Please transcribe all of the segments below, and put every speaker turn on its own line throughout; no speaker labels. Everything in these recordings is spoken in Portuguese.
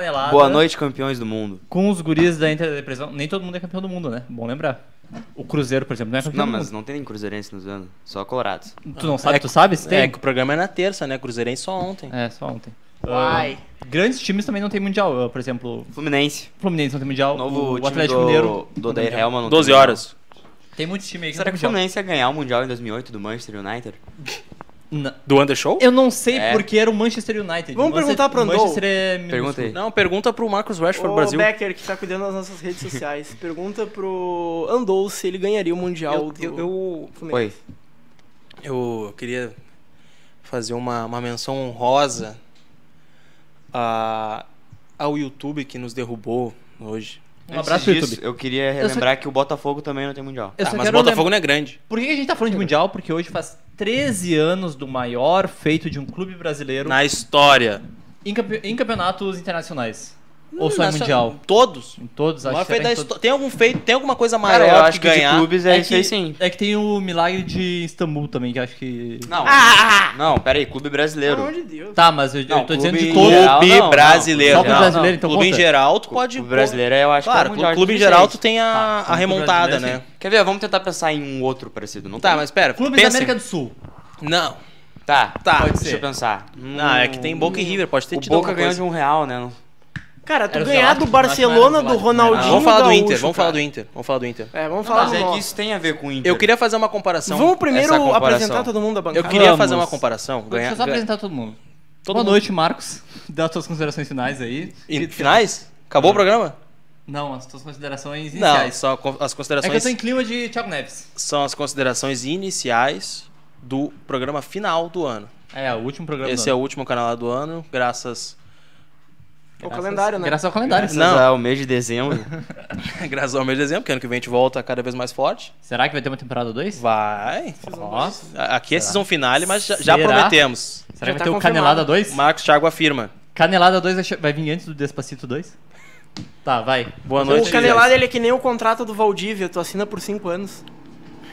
Canelada.
Boa noite, campeões do mundo.
Com os guris da Interdepressão. Nem todo mundo é campeão do mundo, né? Bom lembrar. O Cruzeiro, por exemplo, não é campeão
Não,
do
mas
mundo.
não tem nem cruzeirense nos anos, só colorados.
Tu não sabe, tu sabe se
É
tem?
que o programa é na terça, né? Cruzeirense só ontem.
É, só ontem.
Uai.
Ah, grandes times também não tem mundial. Ah, Por exemplo,
Fluminense,
o Fluminense não tem mundial.
novo
o
time
Atlético
do,
Mineiro.
do Odair Helman. não
12
tem
horas.
Tem muitos times aí que
Será
não
que o
tem mundial.
Fluminense ia ganhar o Mundial em 2008 do Manchester United?
Não.
Do Under Show?
Eu não sei
É.
porque era o Manchester United.
Vamos
O Manchester-
perguntar pro Andol.
Manchester é minúsculo.
Pergunta aí.
Não, pergunta pro Marcos Rashford
O
Brasil.
Becker, que tá cuidando das nossas redes sociais, pergunta pro Andou se ele ganharia o Mundial
Eu,
do
eu, eu,
Oi.
Fluminense.
eu queria fazer uma, uma menção honrosa a, ao YouTube que nos derrubou hoje.
Um
Antes
abraço,
disso,
YouTube.
Eu queria
só-
relembrar que o Botafogo também não tem Mundial.
Eu
Ah,
só
mas o
quero
Botafogo não é grande.
Por que que a gente tá falando de Mundial? Porque hoje faz 13 anos do maior feito de um clube brasileiro
Na história.
em, campe- em campeonatos internacionais. Ou só em
Nessa-
Mundial?
Todos.
Em todos, acho
Maior
que é era
feito da
em todos.
histó- Tem algum feito, tem alguma coisa maior
Cara, eu acho que de
ganhar?
clubes é, isso aí sim.
é que tem o milagre de Istambul também, que eu acho que.
Não, não, pera aí, clube brasileiro.
Pelo amor de Deus.
Ah, Tá, mas eu, eu
Não,
tô dizendo de
clube-
todos.
Geral,
Clube
não, não.
brasileiro.
Só pro
Não,
brasileiro, então
Clube em
conta.
geral, tu pode.
O brasileiro, eu acho que é
Claro,
o
o
Mundial
clube em
de
geral
16.
tu tem a,
Tá,
a remontada,
brasileiro,
né?
Quer ver? Vamos tentar pensar em um outro parecido. Não
Tá,
tem?
mas pera.
Clubes
pensa
da América
em-
do Sul.
Não.
Tá,
Tá.
Pode
deixa
ser.
eu pensar. Hum,
Não, é que tem Boca e River, pode ter
O
tido alguma
Boca ganhou de um
coisa.
real, né? não?
Cara, tu
Era os
ganhar
Galácticos,
do
eu acho que não era os
Barcelona, do
Galácticos, não.
Ah,
Ronaldinho.
vamos falar do
Gaúcho,
Inter, vamos
cara.
falar do Inter, vamos falar do Inter.
É, vamos falar
Mas
do
é que
nosso.
isso tem a ver com o Inter.
Eu queria fazer uma comparação.
Vamos primeiro
essa comparação.
apresentar todo mundo da bancada.
Eu queria
Vamos.
fazer uma comparação. Ganhar,
um. Deixa eu só
ganhar.
apresentar todo mundo.
Todo
Boa
mundo.
noite, Marcos. Dá as tuas considerações finais aí.
E- finais? Acabou o programa?
Não, as tuas considerações
Não,
iniciais.
só
é
con- as
que eu
considerações
tô em clima de Thiago Neves.
são as considerações iniciais do programa final do ano.
É, o último programa
Esse
do
é
ano.
o último canal do ano, graças
O calendário, né?
Graças ao calendário.
Graças
Não.
ao mês de dezembro.
graças ao mês de dezembro, que ano que vem a gente volta cada vez mais forte.
Será que vai ter uma temporada 2?
Vai.
Ó.
A- Aqui é season finale, mas já, já
Será?
prometemos.
Será que vai
tá
ter o
confirmado.
Canelada 2?
Marcos Thiago afirma.
Canelada 2 vai che- vai vir antes do Despacito 2? Tá, vai.
Boa noite.
O Canelada, ele é que nem o contrato do Valdívia, tu assina por 5 anos.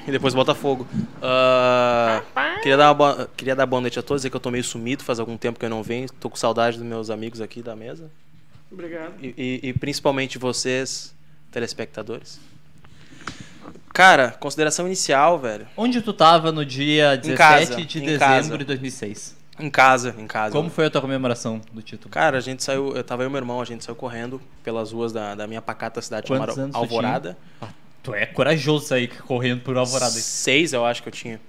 E depois Botafogo. Ah, queria, dar uma boa, queria dar boa noite a todos, dizer que eu tô meio sumido, faz algum tempo que eu não venho. Tô com saudade dos meus amigos aqui da mesa.
Obrigado.
E, e- e principalmente vocês, telespectadores. Cara, consideração inicial, velho.
Onde tu tava no dia 17
casa,
de
em
dezembro
casa. um-
de 2006?
Em casa, em casa.
Como foi a tua comemoração do título?
Cara, a gente saiu, eu tava eu e meu irmão, a gente saiu correndo pelas ruas da, da minha pacata cidade
Quantos
chamada
anos tu
Alvorada.
Tu é corajoso sair correndo por alvorada.
Seis, eu acho que eu tinha.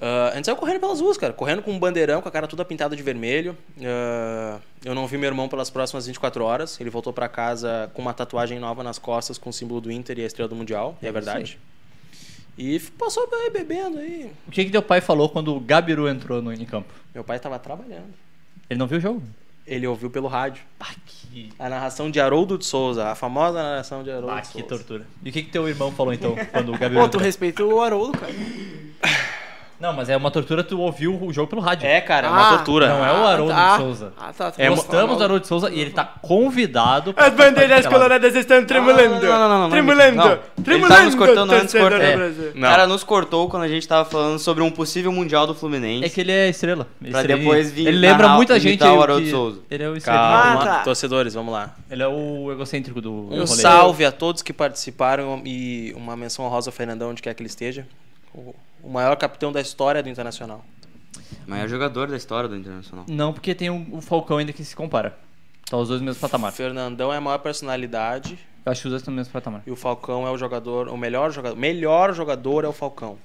Ah, a gente saiu correndo pelas ruas, cara. Correndo com um bandeirão, com a cara toda pintada de vermelho. Ah, eu não vi meu irmão pelas próximas 24 horas. Ele voltou pra casa com uma tatuagem nova nas costas, com o símbolo do Inter e a estrela do Mundial. É,
É
verdade. E f- passou aí bebendo aí.
O que que teu pai falou quando o Gabiru entrou no em campo?
Meu pai tava trabalhando.
Ele não viu o jogo?
Ele ouviu pelo rádio.
Bah, que,
A narração de Haroldo de Souza, a famosa narração de Haroldo
bah,
de
Ah, que
Souza.
tortura. E o que que teu irmão falou então quando o Gabiru
Pô, tu
entrou?
respeita o Haroldo, cara.
Não, mas é uma tortura tu ouviu o jogo pelo rádio.
É, cara, é uma
Ah,
tortura.
Não é o Haroldo
Ah,
de Souza.
Ah, tá. tá.
É uma-
Gostamos do Haroldo de Souza e ele tá convidado pra
As bandeiras
participar do Pelada.
coloradas estão tremulando.
não, não, não, não,
tremulando.
não. Ele
Tremulando.
tava nos cortando antes,
torcedor
corta- é.
do Brasil.
O cara nos cortou quando a gente tava falando sobre um possível Mundial do Fluminense.
É que ele é estrela.
Pra
Estrelinha.
depois vir
Ele lembra
narrar-
muita gente.
imitar o
aí,
Haroldo
que-
Souza.
Ele é o estrelinha.
Calma,
Ah, tá.
torcedores, vamos lá.
Ele é o egocêntrico do
Um
rolê.
salve a todos que participaram e uma menção honrosa ao Fernandão, onde quer que ele esteja. O, o maior capitão da história do Internacional.
Maior jogador da história do Internacional.
Não, porque tem o o Falcão ainda que se compara. Tá os dois no mesmo patamar.
Fernandão é a maior personalidade
Eu acho que os dois estão no mesmo patamar.
e o Falcão é o jogador, o melhor jogador. Melhor jogador é o Falcão.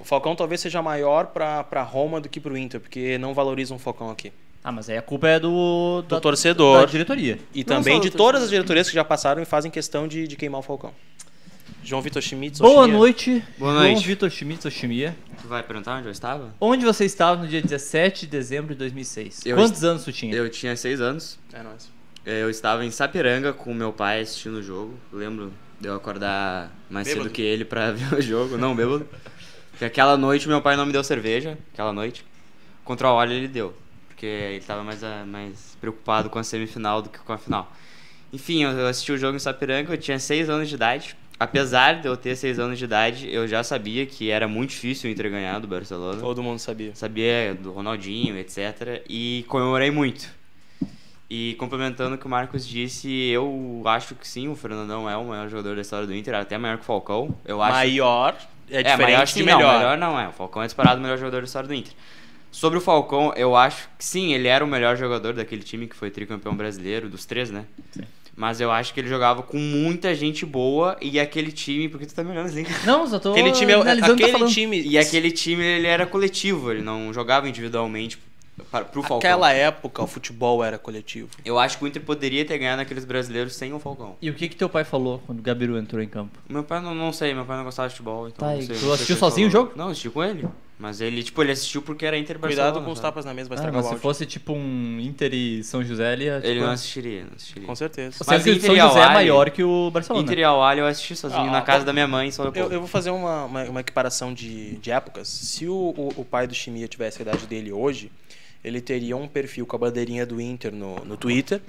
O Falcão talvez seja maior pra pra Roma do que pro Inter, porque não valorizam o Falcão aqui.
Ah, mas aí a culpa é do...
Do
da-
torcedor.
Da diretoria.
E
Não
também
só
de
do
todas as diretorias que já passaram e fazem questão de, de queimar o Falcão. João Vitor Schmitz.
Boa
Oshimia.
noite,
Boa
João
noite.
Vitor Schmitz Oshimia.
Tu vai perguntar onde eu estava?
Onde você estava no dia 17 de dezembro de 2006?
Eu
Quantos anos tu tinha?
Eu tinha seis anos.
É nóis.
É, Eu estava em Sapiranga com meu pai assistindo o jogo. Eu lembro de eu acordar mais
Bêbado.
cedo que ele pra ver o jogo. Não, bêbado. Porque aquela noite meu pai não me deu cerveja. Aquela noite. Contra o Olha ele deu. Porque ele estava mais, ah, mais preocupado com a semifinal do que com a final. Enfim, eu eu assisti o jogo em Sapiranga. Eu tinha 6 anos de idade. Apesar de eu ter 6 anos de idade, eu já sabia que era muito difícil o Inter ganhar do Barcelona
Todo mundo sabia.
sabia do Ronaldinho, etc. E comemorei muito. E complementando o que o Marcos disse, eu acho que sim, o Fernandão é o maior jogador da história do Inter, até maior que o Falcão. Eu acho
Maior é diferente
mas eu acho
de
que
melhor.
Não, melhor não é. O Falcão é disparado o melhor jogador da história do Inter. Sobre o Falcão, eu acho que sim, ele era o melhor jogador daquele time que foi tricampeão brasileiro, dos três, né? Sim. Mas eu acho que ele jogava com muita gente boa e aquele time. Porque tu tá me olhando assim?
Não, só tô
Aquele time é o-
analisando o que tá
aquele
falando.
time
E aquele time ele era coletivo, ele não jogava individualmente para, pro Falcão.
Aquela época o futebol era coletivo.
Eu acho que o Inter poderia ter ganhado aqueles brasileiros sem o Falcão.
E o que que teu pai falou quando o Gabiru entrou em campo?
Meu pai não, não sei, meu pai não gostava de futebol. Então
Tá,
não
e tu
sei, não sei o
assistiu
que ele
sozinho o
falou.
jogo?
Não, assisti com ele. Mas ele, tipo, ele assistiu porque era Inter Barcelona. né?
Cuidado com os
sabe?
tapas na mesa, vai
Ah,
estragar
mas
o
se
áudio.
fosse tipo um Inter e São José, ele ia. Tipo,
Ele não assistiria, não assistiria.
Com certeza.
Sendo
Mas
que o
Inter
São
e
José é
Al-Ahly-
maior que o Barcelona.
Inter e Al Ahly eu assisti sozinho
Ah,
na casa
eu-
da minha mãe em São
Eu,
tá
Leopoldo.
eu vou fazer uma, uma, uma equiparação de, de épocas. Se o, o, o pai do Chimia tivesse a idade dele hoje, ele teria um perfil com a bandeirinha do Inter no, no Twitter.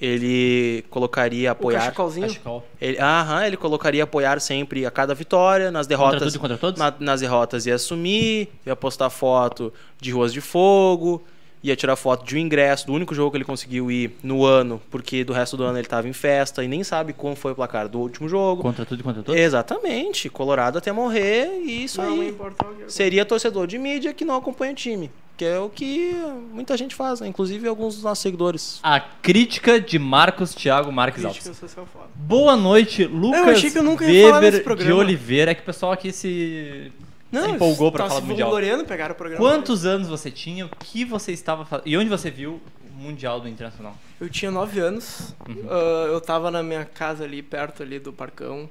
Ele colocaria
O
apoiar.
cachecolzinho.
Cachecol.
Ele, aham, ele colocaria apoiar sempre a cada vitória, nas
Contra
derrotas.
tudo e contra todos?
na- nas derrotas ia assumir, ia postar foto de ruas de fogo, ia tirar foto de um ingresso, do único jogo que ele conseguiu ir no ano, porque do resto do ano ele estava em festa e nem sabe como foi o placar do último jogo.
Contra tudo e contra todos?
Exatamente, Colorado até morrer e isso
Não, não
aí.
importa o que
Seria torcedor de mídia que não acompanha time, que é o que muita gente faz, né? inclusive alguns dos nossos seguidores.
A crítica de Marcos Thiago Marques Alves.
Crítica social foda.
Boa noite, Lucas
Eu achei que eu nunca ia falar nesse
Weber de
programa.
Oliveira. É que o pessoal aqui se, se
eles
empolgou pra
tavam
falar do
se
Mundial.
vangloriando, pegaram o programa.
Quantos anos você tinha? O que você estava fazendo? E onde você viu o Mundial do Internacional?
Eu tinha 9 anos,
Uhum.
ah, eu tava na minha casa ali, perto ali do Parcão,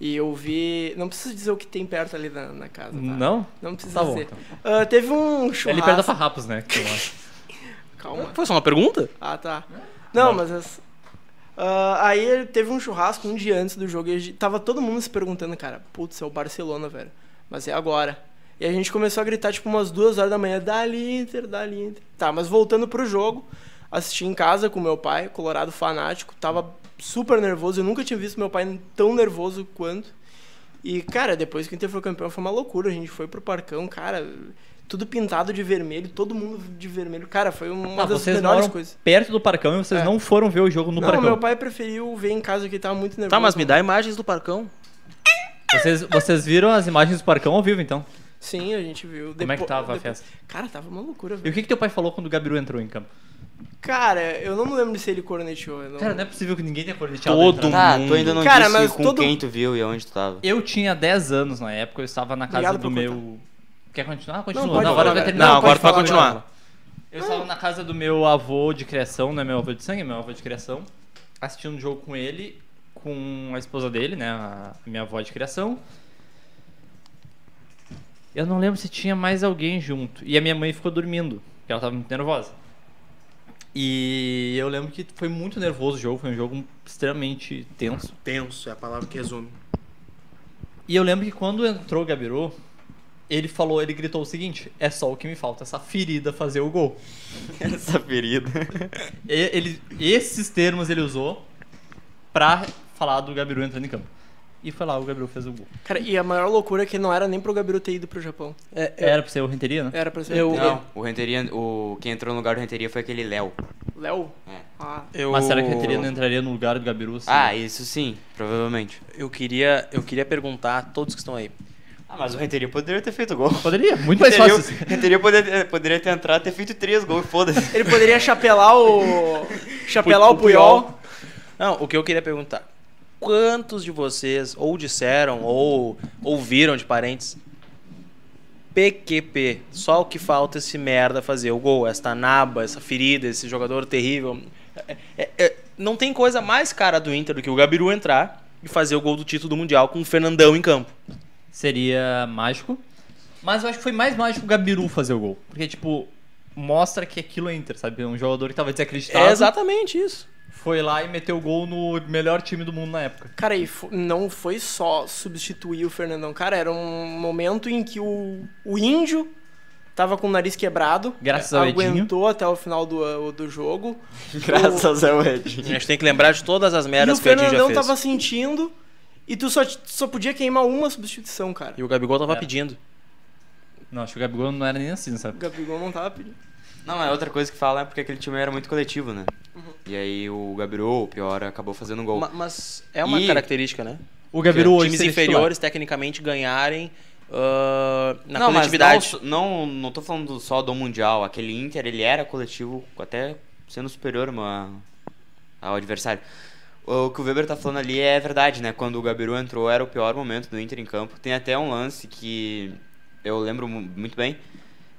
e eu vi... Não preciso dizer o que tem perto ali na, na casa, tá?
Não?
Não precisa
Tá bom.
dizer.
Então.
Ah, teve um churrasco...
Ele perdeu farrapos, né? que eu acho.
Calma.
Foi só uma pergunta?
Ah, tá. Não, mas... as- Ah, aí ele teve um churrasco um dia antes do jogo e a gente- tava todo mundo se perguntando, cara, putz, é o Barcelona, velho. Mas é agora. E a gente começou a gritar, tipo, umas duas horas da manhã, dali Inter, dali Inter. Tá, mas voltando pro jogo, assisti em casa com meu pai, colorado fanático, tava super nervoso, eu nunca tinha visto meu pai tão nervoso quanto. E, cara, depois que o Inter foi campeão foi uma loucura. A gente foi pro Parcão, cara, tudo pintado de vermelho, todo mundo de vermelho. Cara, foi uma
Ah,
das
vocês
melhores
moram
coisas.
perto do Parcão e vocês
É.
não foram ver o jogo no
Não,
Parcão.
meu pai preferiu ver em casa que ele tava muito nervoso.
Tá, mas me dá imagens do Parcão.
Vocês, vocês viram as imagens do Parcão ao vivo, então?
Sim, a gente viu.
Como é que
Depo-
tava a
depo-
festa?
Cara, tava uma loucura,
E
velho.
o que, que teu pai falou quando o Gabiru entrou em campo?
Cara, eu não me lembro se ele coroneteou. eu Não...
Cara, não é possível que ninguém tenha corneteado
Todo
a entrada.
Tá,
mundo.
tu ainda não
Cara,
disse
mas
com
todo-
quem tu viu e onde tu tava.
Eu tinha 10 anos na época, eu estava na casa
Obrigado
do
por
meu. Quer continuar? Continua.
pode
agora
falar,
vai
velho.
terminar.
Não,
Pode
agora
falar,
pode
pode
continuar.
falar. Eu estava na casa do meu avô de criação, não é meu avô de sangue, é meu avô de criação, assistindo um jogo com ele, com a esposa dele, né? A minha avó de criação. Eu não lembro se tinha mais alguém junto. E a minha mãe ficou dormindo, porque ela estava muito nervosa. E eu lembro que foi muito nervoso o jogo, foi um jogo extremamente tenso.
Tenso é a palavra que resume.
E eu lembro que quando entrou o Gabiru, ele falou, ele gritou o seguinte: é só o que me falta, essa ferida fazer o gol.
Essa ferida.
E- Ele, esses termos ele usou pra falar do Gabiru entrando em campo. E foi lá, o Gabiru fez o gol.
Cara, e a maior loucura é que não era nem pro Gabiru ter ido pro Japão.
É,
Era pra ser o Renteria, né?
Era pra ser
Eu-
Não, o Renteria, o, quem entrou no lugar do Renteria foi aquele Léo.
Léo?
É.
Ah,
Eu...
Mas será que o Renteria não entraria no lugar do Gabiru? assim?
Ah, isso sim, provavelmente.
Eu queria, eu queria perguntar a todos que estão aí.
Ah, mas o Renteria poderia ter feito gol.
Poderia, muito mais
Renteria-
fácil. assim.
Renteria poderia, poderia ter entrado ter feito três gols, foda-se.
Ele poderia chapelar o. chapelar o Puyol.
Não, o que eu queria perguntar. Quantos de vocês ou disseram ou ouviram de parentes PQP, só o que falta é esse merda fazer o gol, esta naba, essa ferida, esse jogador terrível. É- é- é- não tem coisa mais cara do Inter do que o Gabiru entrar e fazer o gol do título do Mundial com o Fernandão em campo.
Seria mágico. Mas eu acho que foi mais mágico o Gabiru fazer o gol. Porque, tipo, mostra que aquilo é Inter, sabe? Um jogador que tava desacreditado.
É exatamente isso.
Foi lá e meteu gol no melhor time do mundo na época.
Cara, e fo- não foi só substituir o Fernandão. Cara, era um momento em que o, o índio tava com o nariz quebrado.
Graças ao Edinho.
Aguentou até o final do, do jogo.
Graças ao
A
Edinho.
gente tem que lembrar de todas as
E o
merdas que o Edinho já
Fernandão
fez.
tava sentindo. E tu só, só podia queimar uma substituição, cara.
E o Gabigol tava
É.
pedindo.
Não, acho que o Gabigol não era nem assim,
O
sabe?
Gabigol não tava pedindo.
Não, é outra coisa que fala é porque aquele time era muito coletivo, né? E aí o Gabriel, o Pior, acabou fazendo um gol.
Ma- Mas é uma
E-
característica, né?
O Gabiru hoje
Times
seria
inferiores, tecnicamente, ganharem ah, na
não, mas não,
coletividade.
so- não, não tô falando só do Mundial. Aquele Inter, ele era coletivo, até sendo superior a- ao adversário. O que o Weber tá falando ali é verdade, né? Quando o Gabiru entrou, era o pior momento do Inter em campo. Tem até um lance que eu lembro mu- muito bem,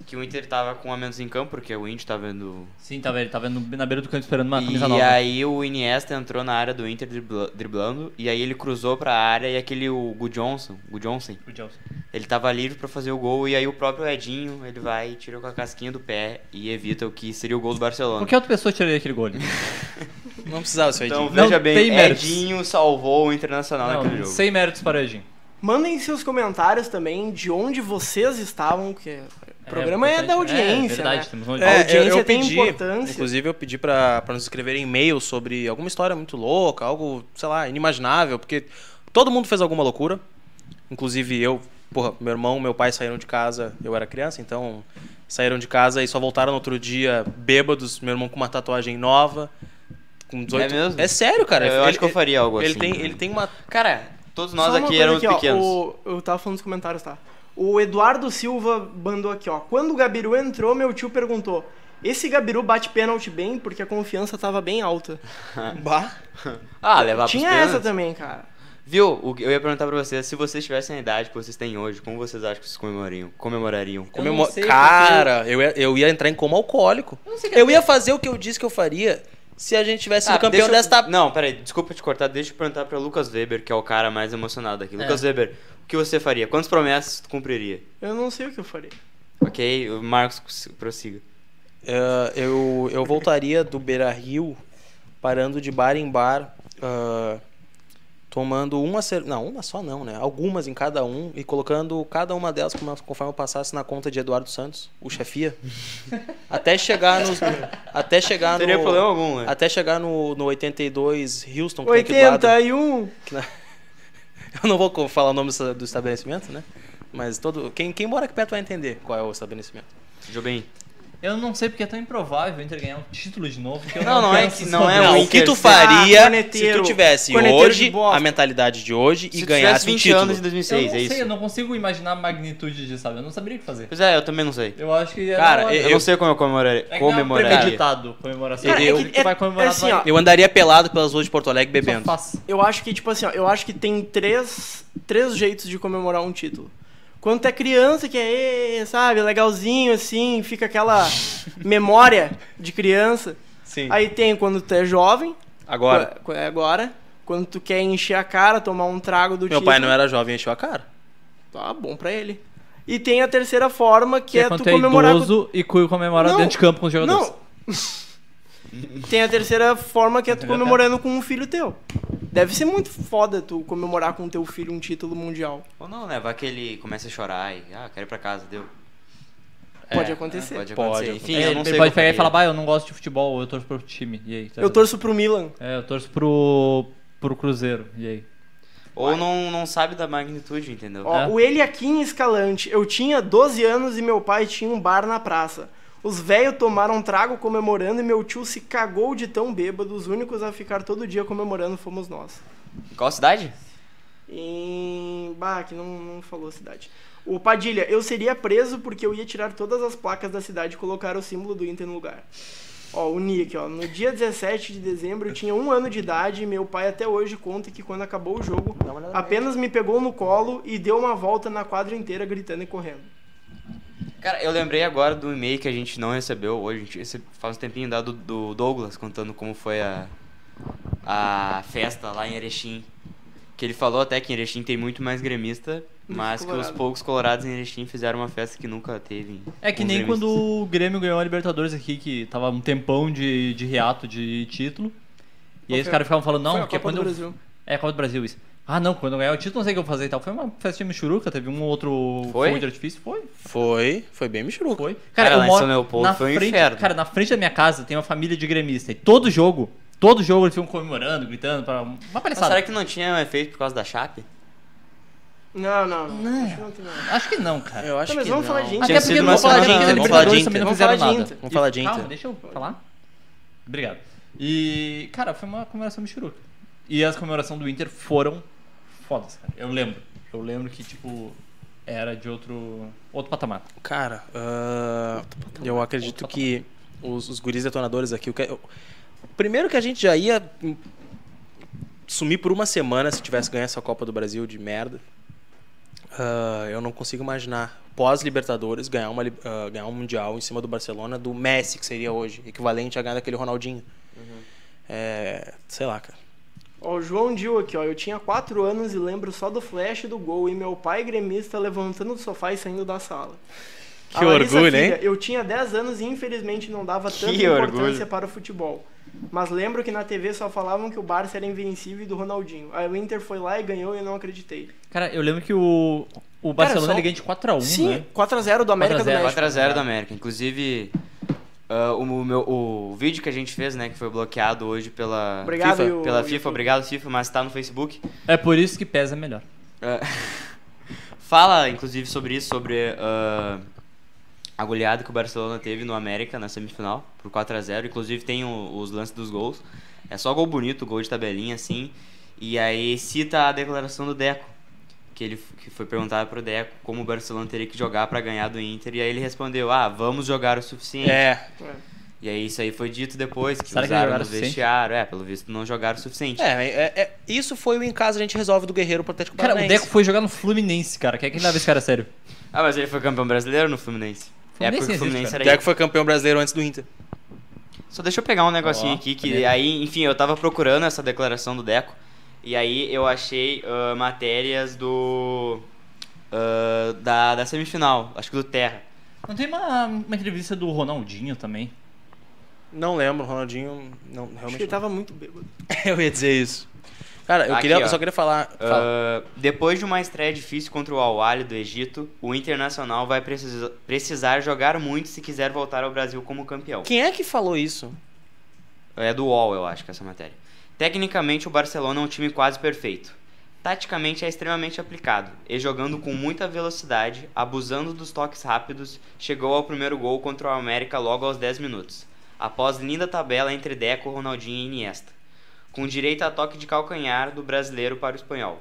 que o Inter tava com um a menos em campo, porque o Inter tava vendo
titular. Sim, tava, ele tava no- na beira do canto esperando uma camisa
e
nova.
aí o Iniesta entrou na área do Inter dribla- driblando, e aí ele cruzou pra área e aquele o Gu Johnson, Gu Johnson,
O Johnson.
ele tava livre pra fazer o gol e aí o próprio Edinho, ele vai e tira com a casquinha do pé e evita o que seria o gol do Barcelona.
Qualquer outra pessoa tiraria aquele gol. né?
Não precisava ser
Então
então,
Não
veja bem,
tem méritos.
Edinho salvou o Internacional naquele
Não,
jogo.
sem méritos para o Edinho.
Mandem seus comentários também de onde vocês estavam, que o programa é,
importante,
da
né?
audiência.
É verdade,
né?
temos uma
A
audiência.
audiência tem importância.
Inclusive, eu pedi pra, pra nos escreverem e-mail sobre alguma história muito louca, algo, sei lá, inimaginável, porque todo mundo fez alguma loucura. Inclusive eu, porra, meu irmão, meu pai saíram de casa, eu era criança, então saíram de casa e só voltaram no outro dia bêbados, meu irmão com uma tatuagem nova. Com 18...
mesmo?
É sério, cara.
Eu
Ele-
acho que eu faria algo
ele
assim.
Tem, ele tem uma.
Cara, todos
Só
nós
uma
aqui
coisa
éramos
ó,
pequenos.
o- eu tava falando nos comentários, tá? O Eduardo Silva mandou aqui, ó. Quando o Gabiru entrou, meu tio perguntou: Esse Gabiru bate pênalti bem? Porque a confiança tava bem alta.
Bah.
Ah, levar
Tinha
pros
essa
pênaltis.
também, cara.
Viu? O que- Eu ia perguntar pra vocês, se vocês tivessem a idade que vocês têm hoje, como vocês acham que vocês comemorariam? comemorariam?
Eu
Comemo-
não sei,
Cara, eu ia, eu ia entrar em coma alcoólico. Eu, ia fazer o que eu disse que eu faria se a gente tivesse sido
Ah, deixa
campeão
eu-
desta.
Não, peraí, desculpa te cortar, deixa eu perguntar pra Lucas Weber, que é o cara mais emocionado aqui. Lucas Weber, o que você faria? Quantas promessas tu cumpriria?
Eu não sei o que eu faria.
Ok? O Marcos cons- prossiga.
Eh, eu, eu voltaria do Beira Rio parando de bar em bar, ah, tomando uma cerveja. Não, uma só não, né? Algumas em cada um e colocando cada uma delas como- conforme eu passasse na conta de Eduardo Santos, o chefia. até chegar nos. Até chegar
Não
Ah, no.
teria problema algum, né?
Até chegar no, no 82 Houston, que tem aqui do lado.
81!
Eu não vou co- falar o nome dessa- do estabelecimento, né? Mas todo quem, quem mora aqui perto vai entender qual é o estabelecimento.
Jobim.
Eu não sei porque é tão improvável o Inter ganhar um título de novo. que eu
Não, não é
quero
que-
essa
não é
história.
um
o que
Inter-
tu faria
Ah,
se
corneteiro.
tu tivesse
Corneteiro de
hoje
bosta.
a mentalidade de hoje e
Se tu
ganhasse
tivesse
um
20
título?
anos em
Eu
2006,
não
é
sei, eu
isso?
não consigo imaginar a magnitude disso, sabe? Eu não saberia o que fazer.
Pois é, eu também não sei.
Eu acho que era
Cara,
uma-
Eu,
eu-
não sei como eu comemorari-
é que não é
comemoraria.
premeditado comemoração.
Cara, é
eu,
que-
tu vai
é-
comemorar
é assim, ó,
Eu andaria pelado pelas ruas de Porto Alegre
só
bebendo.
faz.
Eu acho que, tipo assim, ó, eu acho que tem três, três jeitos de comemorar um título. Quando tu é criança, que é, "Ê", sabe, legalzinho, assim, fica aquela memória de criança.
Sim.
Aí tem quando tu é jovem,
Agora,
Qu- é agora. Quando tu quer encher a cara, tomar um trago do
meu
título,
pai não era jovem, encheu a cara.
Tá bom pra ele. E tem a terceira forma, que,
Que
é
é
tu
quando é
comemorar... com-
idoso e cu- comemora
Não.
dentro de campo com os jogadores.
Não. tem a terceira forma, que é tu
Entendeu?
comemorando com um filho teu. Deve ser muito foda tu comemorar com teu filho um título mundial.
Ou não, né? Vai que ele começa a chorar e... Ah, quero ir pra casa, deu. Ah,
Pode
É,
acontecer.
Pode acontecer.
Pode
Enfim,
É,
eu
ele
não sei
pode
o que
pegar
eu
e falar,
faria.
bah, eu não gosto de futebol, ou eu torço pro outro time. E aí? tá
Eu
ligado?
torço pro Milan.
É, eu torço pro, pro Cruzeiro. E aí?
Ou não, não sabe da magnitude, entendeu?
Ó,
É.
o Eliakim Escalante. Eu tinha 12 anos e meu pai tinha um bar na praça. Os velhos tomaram um trago comemorando e meu tio se cagou de tão bêbado. Os únicos a ficar todo dia comemorando fomos nós.
Qual cidade?
Em. Bah, que não, não falou a cidade. O Padilha, eu seria preso porque eu ia tirar todas as placas da cidade e colocar o símbolo do Inter no lugar. Ó, o Nick, ó. No dia 17 de dezembro eu tinha um ano de idade e meu pai até hoje conta que quando acabou o jogo, apenas me pegou no colo e deu uma volta na quadra inteira gritando e correndo.
Cara, eu lembrei agora do e-mail que a gente não recebeu hoje, a gente recebe- faz um tempinho dado do Douglas contando como foi a, a festa lá em Erechim. Que ele falou até que em Erechim tem muito mais gremista, mas que os
colorado.
poucos colorados em Erechim fizeram uma festa que nunca teve. em- um
É que
com
nem
gremistas.
quando o Grêmio ganhou a Libertadores aqui, que tava um tempão de, de reato de título. E aí os
Foi-
caras ficavam falando,
foi
não,
a
que é
Copa
quando
do
eu-
Brasil.
É, Copa do Brasil, isso. Ah, não, quando eu ganhar o título, não sei o que eu vou fazer e tal. Foi uma festinha michuruca, teve um outro
Foi?
fogo de artifício. Foi,
Foi, foi bem michuruca.
foi.
Cara, lá
eu
em
moro
São Leopoldo
na
foi um
frente,
inferno.
Cara, na frente da minha casa tem uma família de gremista. E todo jogo, todo jogo eles ficam comemorando, gritando, pra uma
Mas
palhaçada.
será que não tinha um efeito por causa da Chape?
Não, não.
Não.
Acho que não tem nada.
Acho que não, cara.
Eu acho
Tá, mas
que
vamos
não.
falar de Inter.
Até
Tinha
porque
sido
não
uma
vou falar de
semana-
Inter,
vamos
eles
falar de
dois também
Inter.
não
Vamos falar
fizeram
de
nada.
Inter.
E-
Vamos falar de
Calma,
Inter.
deixa eu falar. Obrigado. E, cara, foi uma comemoração michuruca. E as comemorações do Inter foram fodas, cara. Eu lembro. Eu lembro que, tipo, era de outro, outro patamar.
Cara, ah, eu acredito que os, os guris detonadores aqui. o que- eu- primeiro que a gente já ia hum, sumir por uma semana se tivesse ganho essa Copa do Brasil de merda. Ah, eu não consigo imaginar pós-Libertadores ganhar, uma, li- ah, ganhar um Mundial em cima do Barcelona do Messi, que seria hoje, equivalente a ganhar daquele Ronaldinho. É, sei lá, cara.
Ó, o João Dil aqui, ó. Eu tinha 4 anos e lembro só do flash do gol e meu pai gremista levantando do sofá e saindo da sala.
Que orgulho, hein?
Eu tinha 10 anos e infelizmente não dava tanta
Que
importância
orgulho.
para o futebol. Mas lembro que na TV só falavam que o Barça era invencível e do Ronaldinho. Aí o Inter foi lá e ganhou e eu não acreditei.
Cara, eu lembro que o, o Barcelona
só-
ele ganha de 4x1,
Sim,
né?
4x0 do América
4 a 0,
do México.
4x0 da América. Inclusive, ah, o, meu, o vídeo que a gente fez, né, que foi bloqueado hoje pela
Obrigado,
FIFA,
e o-
pela
e o
FIFA
YouTube.
obrigado FIFA, mas tá no Facebook.
É por isso que pesa melhor.
Ah, fala, inclusive, sobre isso, sobre ah, a goleada que o Barcelona teve no América na semifinal, por 4x0. Inclusive, tem o- os lances dos gols. É só gol bonito, gol de tabelinha, assim. E aí cita a declaração do Deco, que ele f- que foi perguntado pro Deco como o Barcelona teria que jogar para ganhar do Inter. E aí ele respondeu, ah, vamos jogar o suficiente.
É,
É.
E aí isso aí foi dito depois, que
Será que
usaram
jogaram
no
o suficiente?
vestiário. É, pelo visto, não jogaram o suficiente.
é, é- é- isso foi o em casa a gente resolve do Guerreiro pro Atlético
Cara, o
Paranaense.
Deco foi jogar no Fluminense, cara. Quem é que leva esse cara a sério?
Ah, mas ele foi campeão brasileiro no Fluminense? é
Fluminense
porque o
existe,
Fluminense
cara.
era
Deco foi campeão brasileiro antes do Inter.
Só deixa eu pegar um negocinho
Ó,
aqui, que
beleza.
aí, enfim, eu tava procurando essa declaração do Deco, e aí eu achei ah, matérias do. ah, da, da semifinal, acho que do Terra.
Não tem uma, uma entrevista do Ronaldinho também?
Não lembro, Ronaldinho. Não,
Acho
realmente.
que ele
não.
tava muito bêbado.
eu ia dizer isso. Cara, eu,
Tá Aqui,
queria,
ó.
eu só queria falar.
Ah,
fala.
depois de uma estreia difícil contra o Al-Ahly do Egito, o Internacional vai precisa- precisar jogar muito se quiser voltar ao Brasil como campeão.
Quem é que falou isso?
É do UOL, eu acho, que é essa matéria. Tecnicamente, o Barcelona é um time quase perfeito. Taticamente, é extremamente aplicado e jogando com muita velocidade, abusando dos toques rápidos, chegou ao primeiro gol contra o América logo aos 10 minutos, após linda tabela entre Deco, Ronaldinho e Iniesta, com direito a toque de calcanhar do brasileiro para o espanhol.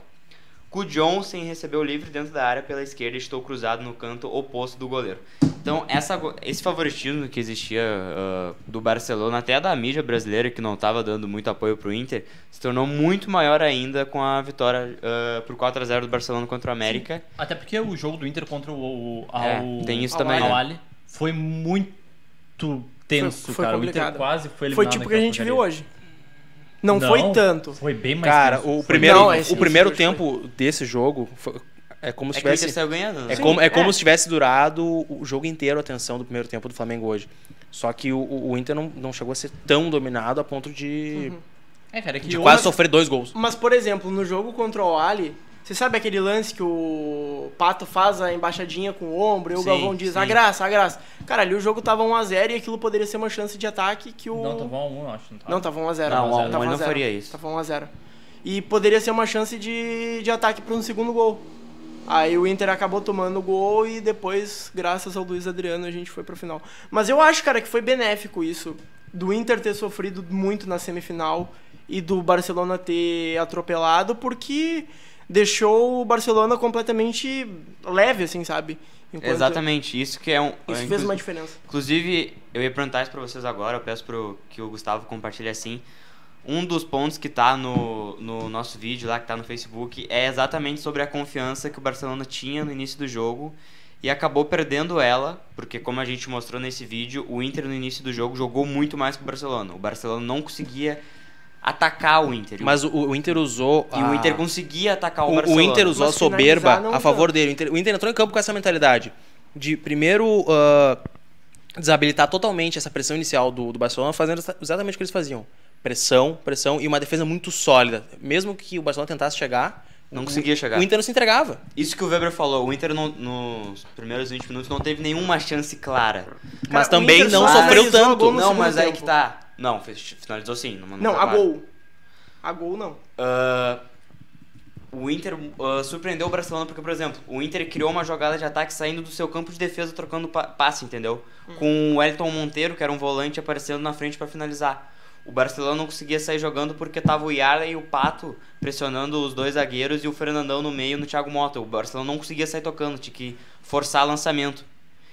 Cu Johnson recebeu livre dentro da área pela esquerda e estou cruzado no canto oposto do goleiro. Então, essa go- esse favoritismo que existia ah, do Barcelona, até da mídia brasileira, que não estava dando muito apoio para o Inter, se tornou muito maior ainda com a vitória ah, por 4x0 do Barcelona contra o América.
Até porque o jogo do Inter contra o, o
É,
ao-
tem isso
ao
também, né?
Al-Ahly foi muito tenso,
Foi- foi
cara. O
complicado.
Inter quase foi eliminado.
Foi tipo o que a
naquela
gente viu
né, porcaria.
hoje. Não, foi tanto.
Foi bem mais
Cara,
tenso.
o
Foi
primeiro,
Não, esse-
o primeiro
esse
tempo desse jogo foi- é como se
É que o Inter
tivesse.
saiu ganhando. né?
É como, é como
é.
se tivesse durado o jogo inteiro a atenção do primeiro tempo do Flamengo hoje. Só que o, o- o Inter não, não chegou a ser tão dominado a ponto de,
É, cara, é que
de
hoje-
quase sofrer dois gols.
Mas, por exemplo, no jogo contra o Ali, você sabe aquele lance que o Pato faz a embaixadinha com o ombro e o
Sim,
Galvão diz, a
sim.
graça, a graça. Cara, ali o jogo tava 1x0 e aquilo poderia ser uma chance de ataque que o...
Não, tava um, acho. Não, tava.
Não, tava
Não,
1x0. tava
um a um, ele não
1x0.
faria isso.
Tava 1x0. E poderia ser uma chance de, de ataque para um segundo gol. Aí o Inter acabou tomando o gol e depois, graças ao Luiz Adriano, a gente foi pra final. Mas eu acho, cara, que foi benéfico isso. Do Inter ter sofrido muito na semifinal e do Barcelona ter atropelado, porque deixou o Barcelona completamente leve, assim, sabe? Enquanto-
Exatamente, isso que é um.
Isso
é,
fez
inclu-
uma diferença.
Inclusive, eu ia perguntar isso pra vocês agora, eu peço pro, que o Gustavo compartilhe assim. Um dos pontos que tá no, no nosso vídeo lá, que tá no Facebook, é exatamente sobre a confiança que o Barcelona tinha no início do jogo e acabou perdendo ela, porque como a gente mostrou nesse vídeo, o Inter no início do jogo jogou muito mais que o Barcelona. O Barcelona não conseguia atacar o Inter.
Mas o, o Inter usou.
e o
a-
Inter conseguia atacar o,
O- O,
Barcelona.
Inter usou a
Mas
soberba
finalizar não
a favor dele. O Inter, o Inter entrou em campo com essa mentalidade de primeiro ah, desabilitar totalmente essa pressão inicial do, do Barcelona, fazendo essa- exatamente o que eles faziam: pressão, pressão e uma defesa muito sólida. Mesmo que o Barcelona tentasse chegar,
Não
o-
conseguia chegar.
O Inter não se entregava.
Isso que o Weber falou, o Inter não- nos primeiros 20 minutos não teve nenhuma chance clara.
mas
o
também
Inter
não
só
sofreu
finalizou
tanto.
gol no
não,
segundo
mas aí
tempo.
que tá. Não, fez- finalizou sim. numa- numa
Não, a
clara.
gol. A gol não.
Ah, O Inter ah, surpreendeu o Barcelona porque, por exemplo, o Inter criou uma jogada de ataque saindo do seu campo de defesa, trocando pa- passe, entendeu? Com o Elton Monteiro, que era um volante, aparecendo na frente para finalizar. O Barcelona não conseguia sair jogando porque tava o Yara e o Pato pressionando os dois zagueiros e o Fernandão no meio no Thiago Mota. O Barcelona não conseguia sair tocando, tinha que forçar lançamento.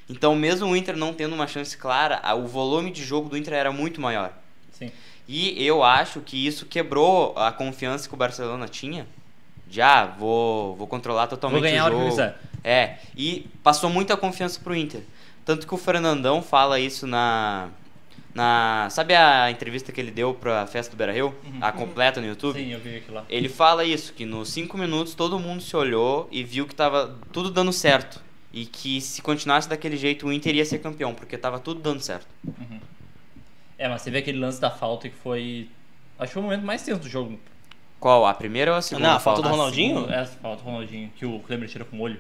Então, mesmo o Inter não tendo uma chance clara, a- o volume de jogo do Inter era muito maior.
Sim.
E eu acho que isso quebrou a confiança que o Barcelona tinha. Já, vou, vou controlar totalmente
Vou ganhar a
o
hora que eu
jogo.
quiser.
É, e passou muita confiança pro Inter. Tanto que o Fernandão fala isso na na, sabe a entrevista que ele deu pra festa do Beira-Rio? A completa no YouTube?
Uhum. Sim, eu vi aquilo lá.
Ele fala isso, que nos cinco minutos todo mundo se olhou e viu que tava tudo dando certo. E que se continuasse daquele jeito o Inter ia ser campeão, porque tava tudo dando certo.
É, mas teve aquele lance da falta que foi. Acho que foi o momento mais tenso do jogo.
Qual? A primeira ou a segunda?
Não, a falta do
Ronaldo.
Ronaldinho?
É, essa falta do Ronaldinho, que o Kleber tira com o olho.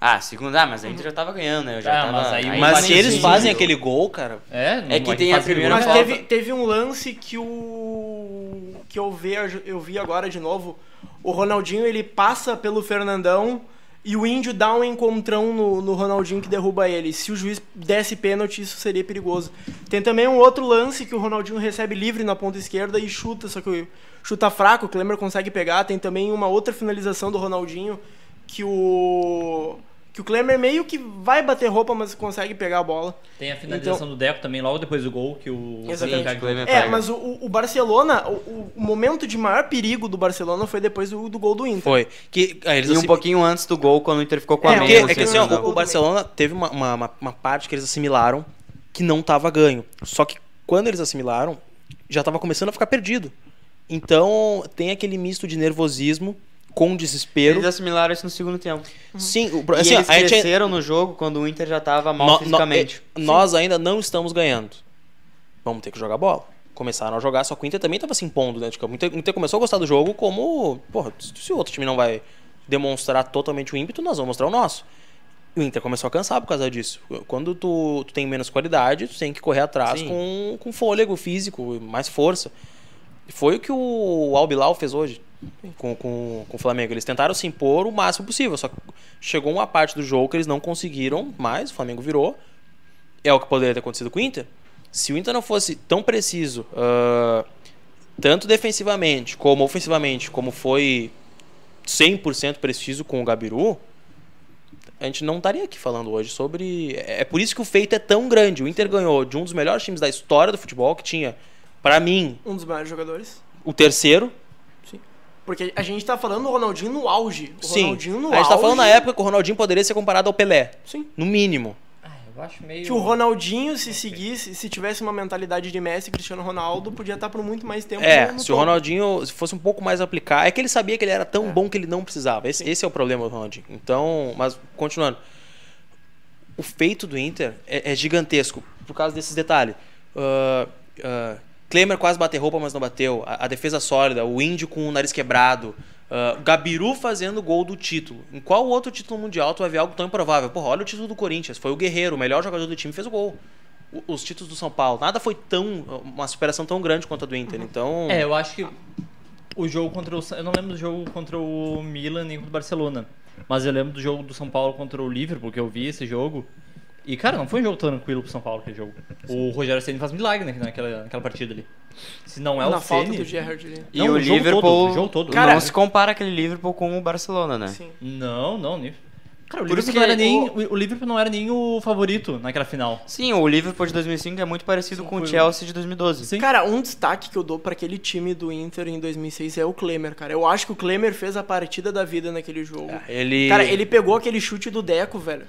Ah, a segunda, ah, mas a Inter já tava ganhando, né? Eu já
Ah,
tava,
mas aí-
Mas
Mas
se eles
sim,
fazem
eu-
aquele gol, cara.
É, não
É que tem a
faz
primeira
gol,
Mas
né?
falta.
teve, teve um lance que o. que eu vi, eu vi agora de novo. O Ronaldinho ele passa pelo Fernandão e o índio dá um encontrão no, no Ronaldinho que derruba ele. Se o juiz desse pênalti, isso seria perigoso. Tem também um outro lance que o Ronaldinho recebe livre na ponta esquerda e chuta, só que chuta fraco, o Klemer consegue pegar. Tem também uma outra finalização do Ronaldinho que o. que o Klemer meio que vai bater roupa, mas consegue pegar a bola.
Tem a finalização do Deco também, logo depois do gol, que o.
Exatamente.
Kaká-
Então- Kleber
tá
É,
pega.
mas o, o- o Barcelona, o- o, o momento de maior perigo do Barcelona foi depois do, do gol do Inter.
Foi. Que, aí eles
E um
assim-
pouquinho antes do gol, quando o Inter ficou com
É,
a né?
Porque
meia.
é que assim, ó,
não. sei se
o,
não.
o Barcelona teve uma, uma, uma- uma parte que eles assimilaram que não tava ganho. Só que quando eles assimilaram, já tava começando a ficar perdido. Então tem aquele misto de nervosismo com desespero.
Eles assimilaram isso no segundo tempo.
Sim, o,
e
assim, ó,
eles
a gente-
cresceram no jogo quando o Inter já tava mal
nó- nó-
fisicamente.
eh, nós ainda não estamos ganhando. Vamos ter que jogar bola. Começaram a jogar, só que o Inter também tava se impondo dentro de campo. O Inter, o Inter começou a gostar do jogo como, porra, se se o outro time não vai demonstrar totalmente o ímpeto, nós vamos mostrar o nosso. E o Inter começou a cansar por causa disso. Quando tu, tu tem menos qualidade, tu tem que correr atrás
Sim.
com, com fôlego físico, mais força. Foi o que o Albilau fez hoje com, com, com o Flamengo. Eles tentaram se impor o máximo possível, só que chegou uma parte do jogo que eles não conseguiram mais, o Flamengo virou. É o que poderia ter acontecido com o Inter. Se o Inter não fosse tão preciso, ah, tanto defensivamente como ofensivamente, como foi 100% preciso com o Gabiru, a gente não estaria aqui falando hoje sobre. É é por isso que o feito é tão grande. O Inter ganhou de um dos melhores times da história do futebol, que tinha, pra mim,
Um dos maiores jogadores.
o terceiro.
Porque a gente tá falando do Ronaldinho no auge. O
Sim.
Ronaldinho no
a gente tá
auge,
falando na época que o Ronaldinho poderia ser comparado ao Pelé,
Sim.
no mínimo.
Ah, eu acho meio.
Que o Ronaldinho, se seguisse, se tivesse uma mentalidade de Messi e Cristiano Ronaldo, podia estar por muito mais tempo.
É,
no- no
se o
topo.
Ronaldinho se fosse um pouco mais aplicar, é que ele sabia que ele era tão bom que ele não precisava. Esse, esse é o problema do Ronaldinho. Então, mas continuando, o feito do Inter é, é gigantesco por causa desses detalhes. Ah, ah, Klemer quase bateu roupa, mas não bateu. A, a defesa sólida, o Índio com o nariz quebrado. ah, o Gabiru fazendo gol do título. Em qual outro título mundial tu vai ver algo tão improvável? Porra, olha o título do Corinthians. Foi o Guerreiro, o melhor jogador do time, fez o gol. O- Os títulos do São Paulo. Nada foi tão. uma superação tão grande quanto a do Inter. Então.
É, eu acho que o jogo contra o. Sa- Eu não lembro do jogo contra o Milan nem contra o Barcelona. Mas eu lembro do jogo do São Paulo contra o Liverpool, que eu vi esse jogo. E, cara, não foi um jogo tranquilo pro São Paulo aquele jogo. O Rogério Ceni faz milagre né, naquela, naquela partida ali. Se não é
Na
o
falta
Ceni...
do Gerrard ali.
E
Não,
o
o jogo
Liverpool
todo, o jogo todo.
não
Cara-
se compara aquele Liverpool com o Barcelona,
É.
né?
Sim.
Não, não, nem. Cara, o
Por isso
Liverpool, não era
que
nem, o... o Liverpool não era nem o favorito naquela final.
Sim, o Liverpool de 2005 é muito parecido com o
foi o-
Chelsea de 2012.
Sim.
Cara, um destaque que eu dou pra aquele time do Inter em 2006 é o Klemer, cara. Eu acho que o Klemer fez a partida da vida naquele jogo.
É. Ele.
Cara, ele pegou aquele chute do Deco, velho.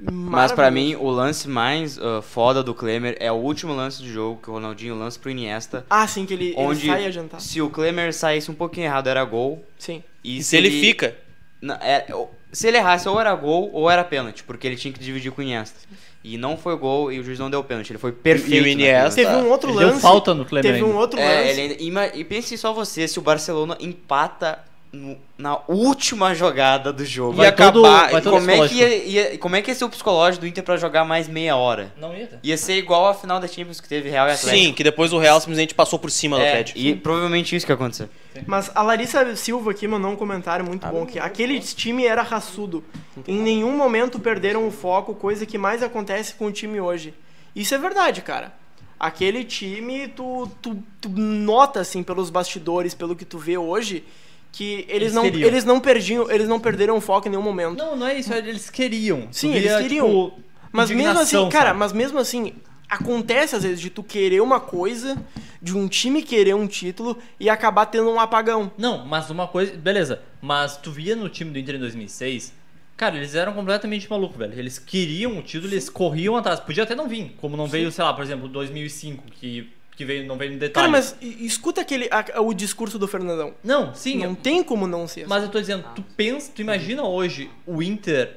Mas pra
Maravilhoso.
mim, o lance mais ah, foda do Klemer é o último lance de jogo que o Ronaldinho lança pro Iniesta.
Ah, sim, que ele,
onde
ele sai a jantar.
se o Klemer saísse um pouquinho errado, era gol.
Sim.
E
E se ele fica.
Não, é, eu- se ele errasse, ou era gol ou era pênalti, porque ele tinha que dividir com o Iniesta. E não foi gol e o juiz não deu pênalti. Ele foi perfeito.
E o
naquele
Iniesta- é
lance.
Teve um outro
Ele
lance.
deu falta no Kleber
Teve um
ainda.
outro
Tá. É,
lance.
ele ainda- ima- e pense só você, se o Barcelona empata no- na última jogada do jogo.
Vai
ia
todo-
acabar.
vai todo
como, é que ia,
psicológico.
ia- como é que ia ser o psicológico do Inter pra jogar mais meia hora?
Não ia ter.
Ia ser igual a final da Champions que teve Real e Atlético.
Sim, que depois o Real simplesmente passou por cima do
É,
Atlético.
e provavelmente isso que aconteceu.
Mas a Larissa Silva aqui mandou um comentário muito
Ah,
bom que aquele time era raçudo. Em nenhum momento perderam o foco, coisa que mais acontece com o time hoje. Isso é verdade, cara. Aquele time, tu, tu, tu nota assim pelos bastidores, pelo que tu vê hoje, que eles,
Eles
não,
queriam.
eles não perdiam, eles não perderam o foco em nenhum momento.
Não, não é isso, eles queriam.
Sim,
Tu
eles
via,
queriam.
tipo,
Mas mesmo assim,
indignação,
cara,
sabe?
mas mesmo assim, acontece às vezes de tu querer uma coisa, de um time querer um título e acabar tendo um apagão.
Não, mas uma coisa. Beleza, mas tu via no time do Inter em 2006. Cara, eles eram completamente malucos, velho. Eles queriam o título, eles corriam atrás. Podia até não vir, como não veio, sei lá, por exemplo, 2005, que, que veio, não veio no detalhe.
Cara, mas e- escuta aquele, a- o discurso do Fernandão.
Não, Ah, sim,
Não tem como não ser.
Mas eu tô dizendo, tu pensa, tu imagina hoje o Inter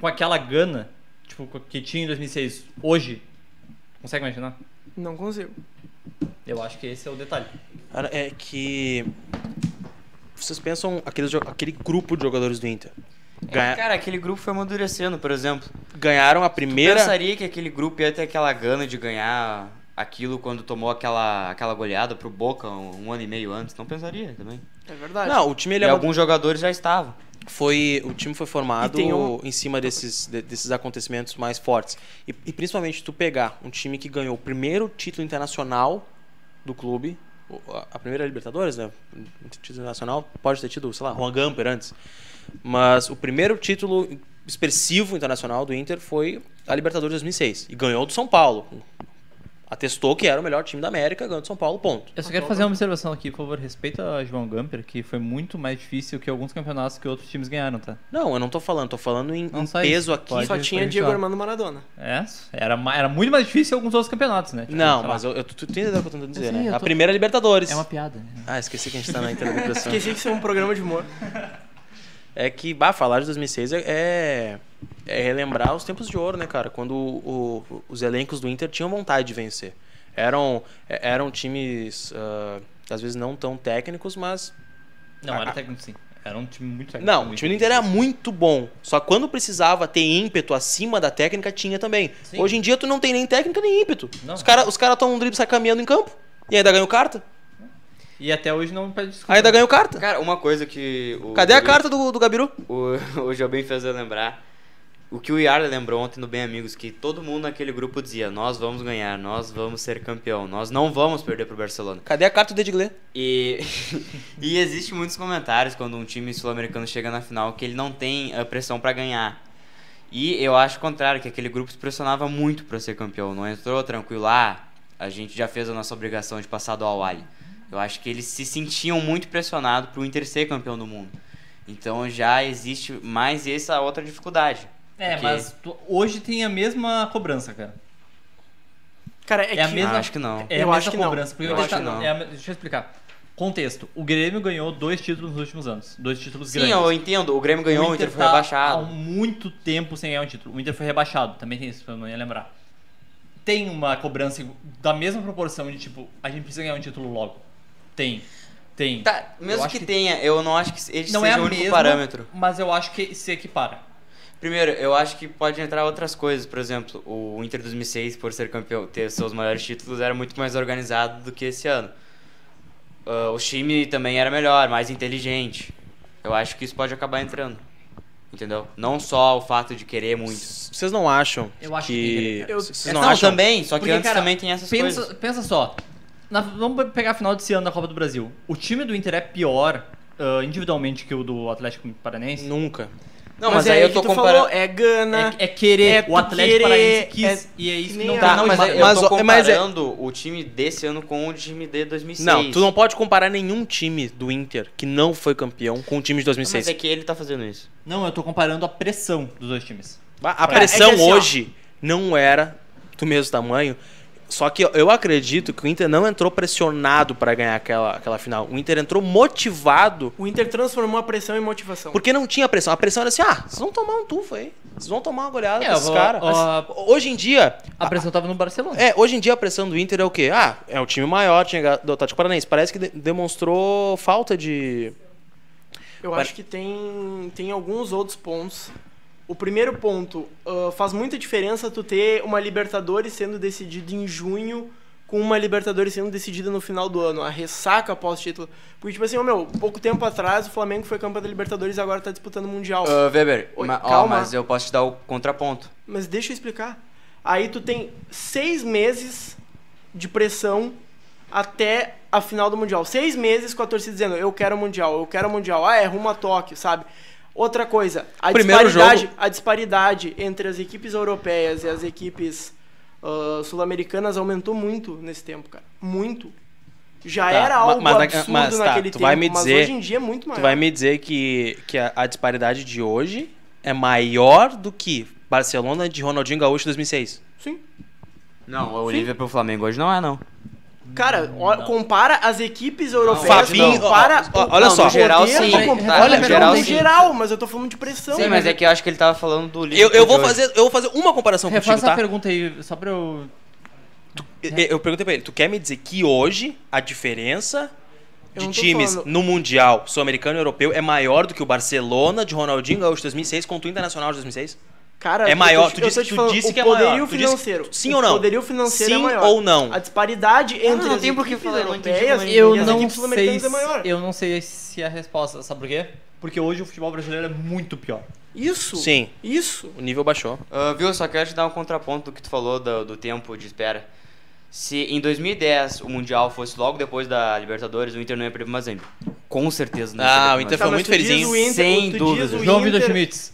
com aquela gana, tipo, co- que tinha em 2006, hoje. Consegue imaginar?
Não consigo.
Eu acho que esse é o detalhe.
Cara, é que. Vocês pensam aqueles jo- aquele grupo de jogadores do Inter. Ganha-
Cara, aquele grupo foi amadurecendo, por exemplo.
Ganharam a
Eu
primeira.
Pensaria que aquele grupo ia ter aquela gana de ganhar aquilo quando tomou aquela, aquela goleada pro Boca um, um ano e meio antes. Não pensaria também.
É verdade.
Não, o time ele
e
é uma-
alguns jogadores já estavam.
foi o time foi formado
E tem um-
em cima desses, de- desses acontecimentos mais fortes e, e principalmente tu pegar um time que ganhou o primeiro título internacional do clube o- a- a primeira Libertadores né Um título internacional pode ter tido sei lá Juan Gamper antes mas o primeiro título expressivo internacional do Inter foi a Libertadores 2006 e ganhou do São Paulo atestou que era o melhor time da América ganhou do São Paulo ponto
Eu só quero fazer uma observação aqui, por favor, respeita a João Gamper, que foi muito mais difícil que alguns campeonatos que outros times ganharam, tá?
não eu não tô falando tô falando em,
Não
em
só isso,
peso aqui
pode-
Só
pode
tinha
continuar.
Diego Armando Maradona.
É, era, ma- era muito mais difícil que alguns outros campeonatos, né? Tipo,
Não,
sei lá.
mas eu, eu, tu, tu entendeu o que eu tô tentando dizer,
Sim,
né?
eu
A
tô-
primeira Libertadores.
É uma piada, né?
Ah, esqueci que a gente tá na interligação.
Esqueci que isso é um programa de humor.
é que, bah, falar de 2006 é, é, é relembrar os tempos de ouro, né, cara? Quando o- o- os elencos do Inter tinham vontade de vencer. Eram, é- eram times, ah, às vezes, não tão técnicos, mas...
Não, era técnico sim. Era um time muito técnico.
Ah, Não, o
muito
time do Inter era muito bom. Só que quando precisava ter ímpeto acima da técnica, tinha também.
Sim.
Hoje em dia, tu não tem nem técnica nem ímpeto.
Não.
Os caras os cara tomam um drible, sai caminhando em campo e ainda ganham carta.
E até hoje não pede desculpa.
Ainda ganham carta.
Cara, uma coisa que. O
Cadê a
Gabriel-
carta do, do Gabiru?
O, o Jobim fez eu lembrar. O que o Yara lembrou ontem no Bem Amigos, que todo mundo naquele grupo dizia, nós vamos ganhar, nós vamos ser campeão, nós não vamos perder pro Barcelona.
Cadê a carta do Edgley?
E, e existe muitos comentários quando um time sul-americano chega na final que ele não tem a pressão pra ganhar. E eu acho o contrário, que aquele grupo se pressionava muito pra ser campeão. Não entrou tranquilo, ah, a gente já fez a nossa obrigação de passar do Awali. Eu acho que eles se sentiam muito pressionados pro Inter ser campeão do mundo. Então já existe mais essa outra dificuldade.
É,
Porque-
mas tu- hoje tem a mesma cobrança, cara.
Cara, é,
É a
que...
mesma-
Ah, acho que não.
É
Eu
a
acho
mesma
que não.
cobrança. Porque
Eu
o
acho que
detalhe-
não.
é a me- deixa eu explicar. Contexto. O Grêmio ganhou dois títulos nos últimos anos. Dois títulos
Sim,
grandes.
eu entendo. O Grêmio ganhou, o Inter foi
tá Há
rebaixado.
muito tempo sem ganhar um título. O Inter foi rebaixado. Também tem isso, eu não ia lembrar. Tem uma cobrança da mesma proporção de tipo, a gente precisa ganhar um título logo. Tem. Tem.
Tá,
Eu
mesmo
acho
que,
que-
tenha, eu não acho que esse
não é
seja
a
o único
mesma,
parâmetro.
mas eu acho que se equipara.
Primeiro, eu acho que pode entrar outras coisas. Por exemplo, o Inter 2006, por ser campeão, ter seus maiores títulos, era muito mais organizado do que esse ano. Ah, o time também era melhor, mais inteligente. Eu acho que isso pode acabar entrando. Entendeu? Não só o fato de querer muito.
Vocês não acham
Eu acho
que...
que-
Eu-
Vocês
Não,
não acham?
também, só que
Porque,
antes
cara,
também tem essas coisas.
pensa, pensa só. Na- vamos pegar a final desse ano da Copa do Brasil. O time do Inter é pior ah, individualmente que o do Atlético Paranaense?
Nunca.
Não, né?
mas,
mas,
é
aí eu
que
tô
tu
comparando.
falou, é Gana.
É, é querer.
É
o Atlético
tu querer,
Paranaense quis.
é-
e é isso
que
que
nem
não
a-
tá
Tá,
no
mas,
Inter.
eu
mas-
tô
mas é-
comparando o time desse ano com o time de 2006.
Não, tu não pode comparar nenhum time do Inter que não foi campeão com o time de
Não, Mas
2006.
é que ele tá fazendo isso.
Não, eu tô comparando a pressão dos dois times.
A
Cara, é que
pressão
assim, ó.
hoje não era do mesmo tamanho. Só que eu acredito que o Inter não entrou pressionado para ganhar aquela, aquela final. O Inter entrou motivado
O Inter transformou a pressão em motivação.
porque não tinha pressão. A pressão era assim: ah, vocês vão tomar um tufo aí. Vocês vão tomar uma goleada
É,
desses
ó,
caras.
ó,
Hoje em dia,
A pressão tava no Barcelona.
É, hoje em dia a pressão do Inter é o quê? Ah, é o time maior tinha ga- do Atlético Paranaense. Parece que de- demonstrou falta de,
Eu
Mas-
acho que tem, tem alguns outros pontos. O primeiro ponto, ah, faz muita diferença tu ter uma Libertadores sendo decidida em junho com uma Libertadores sendo decidida no final do ano, a ressaca pós-título. Porque, tipo assim, ô, meu, pouco tempo atrás o Flamengo foi campeão da Libertadores e agora tá disputando o Mundial.
Ah, Weber,
Oi,
ma- ó,
calma.
mas eu posso te dar o contraponto.
Mas deixa eu explicar. Aí tu tem seis meses de pressão até a final do Mundial. Seis meses com a torcida dizendo, eu quero o Mundial, eu quero o Mundial. Ah, é rumo a Tóquio, sabe? Outra coisa, a
Primeiro
disparidade,
jogo.
a disparidade entre as equipes europeias e as equipes ah, sul-americanas aumentou muito nesse tempo, cara. Muito. Já
Tá,
era
ma-
algo
mas na-
absurdo
mas tá,
naquele
tu
tempo,
vai me
mas
dizer-
hoje em dia é muito
Tu
maior.
vai me dizer que, que a, a disparidade de hoje é maior do que Barcelona de Ronaldinho Gaúcho em 2006.
Sim.
Não, o
Sim.
Olivia pro Flamengo hoje não é, não.
Cara, ó-
Não.
compara as equipes europeias.
Fabinho,
compara
ó, ó,
o-
olha
o
só.
poder,
Geral, sim.
tu compara-
Tá,
olha,
no
geral,
geral,
em
sim.
geral, mas eu tô falando de pressão.
Sim, mas é que eu acho que ele tava falando do Olivia.
Eu, eu, vou fazer, eu vou fazer uma comparação contigo,
Refaz a
tá?
pergunta aí, só pra eu.
né?
Eu- Eu perguntei pra ele, tu quer me dizer que hoje a diferença
Eu
de
não tô
times
falando-
no Mundial sul-americano e europeu é maior do que o Barcelona de Ronaldinho Gaúcho de 2006 contra o Internacional de 2006?
Cara,
É
eu tô
maior.
te-
Tu
eu tô
disse-
te
tu
falando,
disse
o
que é maior.
poderio
Tu disse-
financeiro.
sim ou não?
O poderio financeiro
Sim
é maior.
ou não?
A disparidade entre
não
as
tem por que
equipes
falar, eu não entendi
europeias
como
e
Eu
as
não,
equipes
sei,
sul-americanas
se-
é maior.
eu não sei se é a resposta, sabe por quê? Porque hoje o futebol brasileiro é muito pior.
Isso.
Sim.
Isso.
O nível baixou.
Ah, viu, só quero te dar um contraponto do que tu falou do, do tempo de espera. Se em 2010 o Mundial fosse logo depois da Libertadores, o Inter não ia pra Mazembe. Com certeza não ia
Ah,
pra
o
Primazembe.
Inter foi
mas
muito
tu diz
felizinho.
o Inter-
Sem
tu
dúvidas.
diz o
João Vitor
Inter-
Schmitz.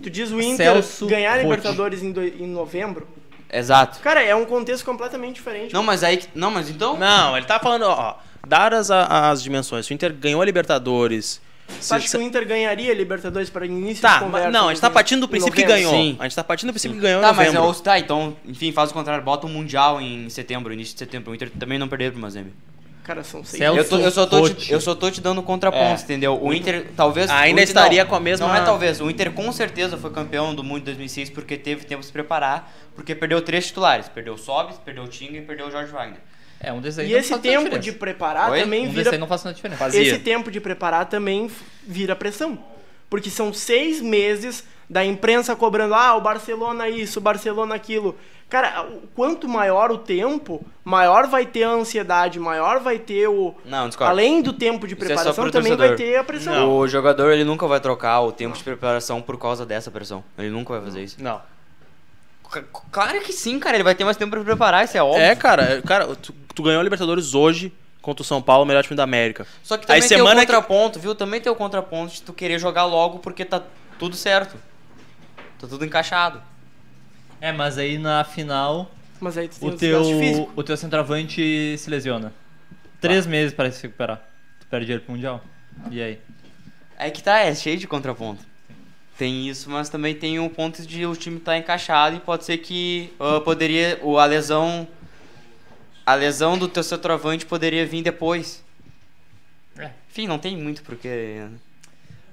Tu diz o Inter
Celso
ganhar a
Rotti.
Libertadores em, do- em novembro.
Exato.
Cara, é um contexto completamente diferente.
Não, mas aí. que- Não, mas então.
Não, ele tá falando, ó, ó, dadas a- as dimensões. Se o Inter ganhou a Libertadores.
Tu acha
se-
que o Inter ganharia a Libertadores para início de
Tá,
conversa?
mas não, a gente tá
em-
partindo do
em
princípio que
novembro?
ganhou.
Sim.
A gente tá é partindo do princípio que ganhou em
Tá, mas
novembro.
eu, tá, então, enfim, faz o contrário, bota um Mundial em setembro, início de setembro. O Inter também não perdeu pro Mazembe.
Cara, são seis.
Celso
Eu, tô- eu só tô
Rotti.
te, eu só tô te dando contraponto,
É.
entendeu? O Inter talvez.
Ainda
o Inter,
estaria
não.
com a mesma-
Não é talvez. O Inter com certeza foi campeão do mundo em 2006 porque teve tempo de se preparar, porque perdeu três titulares: perdeu o Sobis, perdeu o Tinga e perdeu o Jorge Wagner.
É, um desses aí
E
não
esse
faz tanta
tempo de
diferença.
preparar
Oi?
também
Um desses
vira.
aí não faz tanta diferença.
Fazia.
Esse tempo de preparar também f- vira pressão. Porque são seis meses da imprensa cobrando, ah, o Barcelona isso, o Barcelona aquilo. Cara, o- quanto maior o tempo, maior vai ter a ansiedade, maior vai ter o.
Não, discordo.
Além do tempo de
Isso é
preparação,
só pro
também vai
torcedor.
ter a pressão.
O jogador ele nunca vai trocar o tempo de preparação por causa dessa pressão. Ele nunca vai fazer isso.
Não.
C- Claro que sim, cara. Ele vai ter mais tempo pra preparar, isso é óbvio.
É, cara, é, cara, tu, tu ganhou a Libertadores hoje contra o São Paulo, o melhor time da América.
Só que
Aí
também tem o
semana que-
contraponto, viu? Também tem o contraponto de tu querer jogar logo porque tá tudo certo. Tá tudo encaixado.
É, mas aí na final
Mas aí tu tem
o
o desgaste
teu,
físico.
o teu centroavante se lesiona. Três meses para se recuperar. Tu perde ele pro Mundial. E aí?
Aí que tá, é cheio de contraponto. Tem isso, mas também tem o ponto de o time tá encaixado e pode ser que ah, poderia. O, a lesão. A lesão do teu centroavante poderia vir depois.
É.
Enfim, não tem muito porque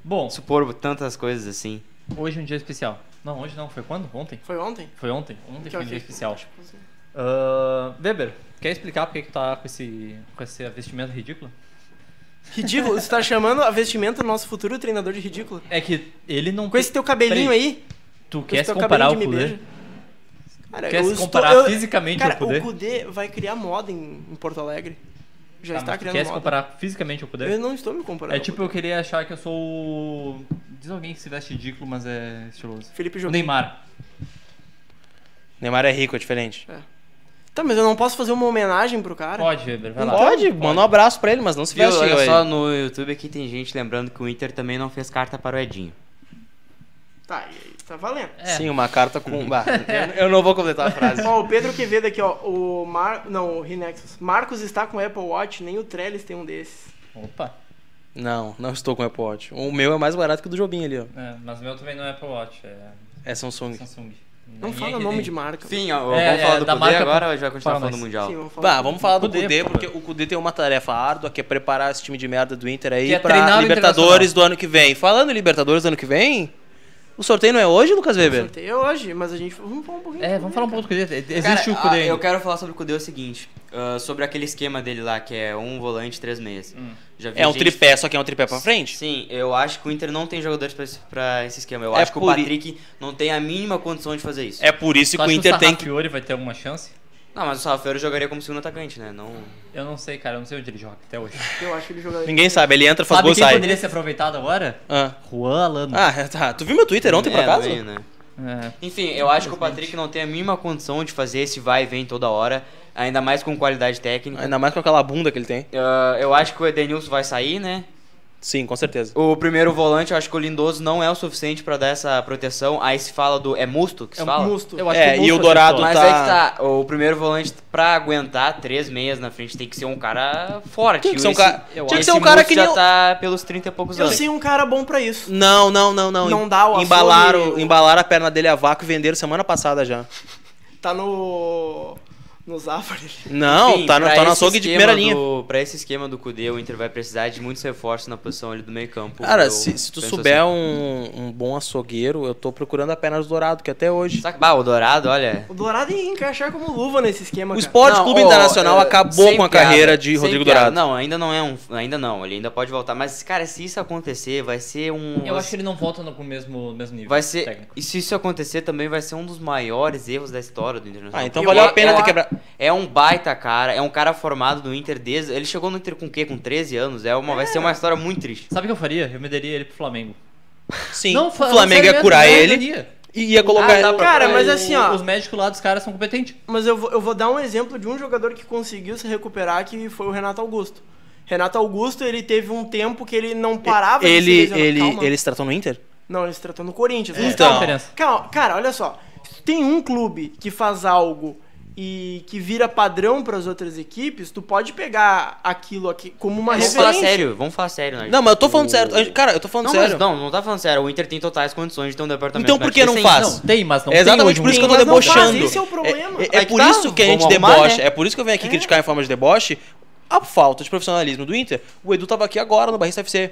Bom,
supor tantas coisas assim.
hoje é um dia especial. Não, hoje não. Foi quando? Ontem?
Foi ontem?
Foi ontem? Ontem foi um dia
achei-
especial. Ah, Weber, quer explicar por que que tu tá com esse, com esse vestimenta ridículo?
Ridículo, você tá chamando a vestimenta do nosso futuro treinador de ridículo?
É que ele não...
Com esse teu cabelinho
Peraí,
aí,
Tu
com esse
quer se
teu
comparar ao
cabelinho de me
Kudê?
beija. Cara,
Quer
eu
se
estou-
comparar
eu-
fisicamente
Cara,
ao Kudê?
o Kudê vai criar moda em, em Porto Alegre. Já
Tá,
está
mas tu
criando
quer se
moda.
comparar fisicamente ao Kudê?
Eu não estou me comparando.
É tipo, eu queria achar que eu sou. o- Diz alguém que se veste ridículo, mas é estiloso.
Felipe
O
Jobim.
Neymar.
Neymar é rico, é diferente.
Tá, mas eu não posso fazer uma homenagem pro cara.
Pode, Weber, vai
Não
lá.
pode, manda um abraço pra ele, mas não se
Viu?
veste
Olha
hoje.
só no YouTube aqui tem gente lembrando que o Inter também não fez carta para o Edinho.
Tá, e aí, tá valendo.
É.
Sim, uma carta com. Bah, eu, eu não vou completar a frase.
Ó, o Pedro Quevedo aqui, ó. O Mar... Não, o Rinexus. Marcos está com o Apple Watch, nem o Trellis tem um desses.
Opa.
Não, não estou com o Apple Watch. O meu é mais barato que o do Jobim ali, ó.
É, mas o meu também não é Apple Watch, é
É Samsung.
Samsung. é
Não
Ninguém
fala
aqui
nome
tem.
de marca.
Enfim, ó,
É,
vamos
é,
falar do
da
Kudê
marca
agora
pra-
ou a gente vai continuar
fala
falando do
mais.
Mundial?
Sim, vou falar.
Bah, vamos falar do
Kudê,
Kudê,
pô.
porque o Kudê tem uma tarefa árdua, que é preparar esse time de merda do Inter aí
Que é
pra
treinar o
Libertadores do ano que vem. Falando em Libertadores do ano que vem, O sorteio não é hoje, Lucas Weber?
Sorteio hoje, mas a gente. Vamos falar um pouquinho.
É, vamos
do Kudê,
falar um pouco do Cudê. Existe
Cara,
o Cudê
ah,
ainda.
eu quero falar sobre o Kudê é o seguinte, ah, sobre aquele esquema dele lá, que é um volante, três meias. Já vi
É um
gente-
tripé, só que é um tripé pra frente.
Sim, eu acho que o Inter não tem jogadores pra esse, pra esse esquema. Eu
É
acho que o
por i-
Patrick não tem a mínima condição de fazer isso.
É por isso
Tu
que o
acha
Inter tem que.
Sarrafiori vai ter alguma chance?
Não, mas o Sarrafiori jogaria como segundo atacante, né? Não...
Eu não sei, cara. Eu não sei onde ele joga até hoje.
Eu acho que ele jogaria.
Ninguém sabe, ele entra, faz
Sabe
gol e
quem
sai.
poderia ser aproveitado agora?
Ah.
Juan Alano.
Ah, tá. Tu viu meu Twitter ontem, por
É,
acaso?
não ia, né?
É.
Enfim, eu acho que o Patrick não tem a mínima condição de fazer esse vai e vem toda hora, ainda mais com qualidade técnica.
Ainda mais com aquela bunda que ele tem.
Ah, eu acho que o Edenilson vai sair, né?
Sim, com certeza.
O primeiro volante, eu acho que o Lindoso não é o suficiente pra dar essa proteção. Aí se fala do. É Musto que se
É um
fala?
musto.
Eu acho
É,
que Musso
e o
acertou.
Dourado-
Mas
tá-
aí que tá. O primeiro volante, pra aguentar três meias na frente, tem que ser um cara forte.
Tinha que ser um
Esse-
cara-
eu
tinha que
acho
ser um cara
Musto
que
já
nem o-
tá pelos 30 e poucos
Eu
anos.
sei um cara bom pra isso.
Não, não, não, não.
Não dá o
embalaram,
açougue.
embalaram a perna dele a vácuo e venderam semana passada já.
Tá no. No Zafari.
Não,
Enfim,
tá, no,
pra
tá no
esse
açougue de
esquema
primeira
do-
linha.
Pra esse esquema do Kudê, o Inter vai precisar de muitos reforços na posição ali do meio campo.
Cara,
Eu
se, se tu
penso
souber
assim.
um, um bom açougueiro, eu tô procurando a perna do Dourado, que até hoje.
Saca- Bah, o Dourado, olha.
O Dourado ia encaixar como luva nesse esquema.
O
cara.
Esporte
Não,
Clube
ó,
Internacional
é,
acabou
sem
com a
piada,
carreira de
sem
Rodrigo
piada.
Dourado.
Não, ainda não é um. Ainda não, ele ainda pode voltar. Mas, cara, se isso acontecer, vai ser um.
Eu acho que ele não volta no, com o mesmo, mesmo nível
Vai ser.
técnico.
E se isso acontecer também vai ser um dos maiores erros da história do Internacional.
Ah, então
Porque
valeu a
é-
pena
é-
ter quebrado.
É um baita cara, é um cara formado do Inter desde. Ele chegou no Inter com o quê? Com 13 anos? É uma, Vai ser uma história muito triste.
Sabe o que eu faria? Eu me daria ele pro Flamengo.
Sim, o
fa-
Flamengo
sério
ia
mesmo,
curar
não, eu
ele
daria.
e ia colocar
é Ah, dá
ele.
pra-
Cara, mas
O-
assim, ó.
Os médicos lá dos caras são competentes.
Mas eu vou, eu vou dar um exemplo de um jogador que conseguiu se recuperar, que foi o Renato Augusto. Renato Augusto, ele teve um tempo que ele não parava de se
Ele,
lesionar.
ele,
Calma.
ele se tratou no Inter?
Não, ele se tratou no Corinthians.
Isso
Mas
que é a
Então.
diferença.
Calma, cara, olha só. Se tem um clube que faz algo e que vira padrão para as outras equipes, tu pode pegar aquilo aqui como uma
Vamos
referência.
falar sério, vamos falar sério, né?
Não, mas eu tô falando
O-
sério. Cara, eu tô falando
Não, mas
sério.
não, não tá falando sério. O Inter tem totais condições de ter um departamento.
Então por que
médico
não
decente.
Não,
faz?
tem, mas não
é exatamente
tem hoje
por isso que eu
um
tô
mas não faz,
debochando.
esse é o problema.
É, é
Aí que
por
tá,
isso que a
vamos
gente
arrumar,
debocha.
né?
É por isso que eu venho aqui criticar em forma de deboche a falta de profissionalismo do Inter. O Edu tava aqui agora no Barrista FC.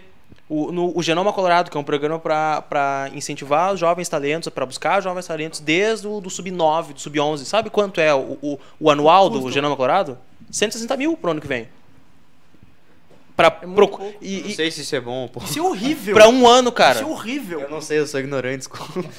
O, no, o Genoma Colorado, que é um programa para incentivar os jovens talentos, para buscar jovens talentos desde o do sub-9, do sub-11. Sabe quanto é o, o, o anual do
Custo.
Genoma Colorado? 160 mil pro ano que vem. Pra,
É muito
procu-
pouco.
Não
e,
sei se isso é bom, pô.
Isso é horrível.
pra um ano, cara.
Isso é horrível.
Eu não sei, eu sou ignorante, desculpa.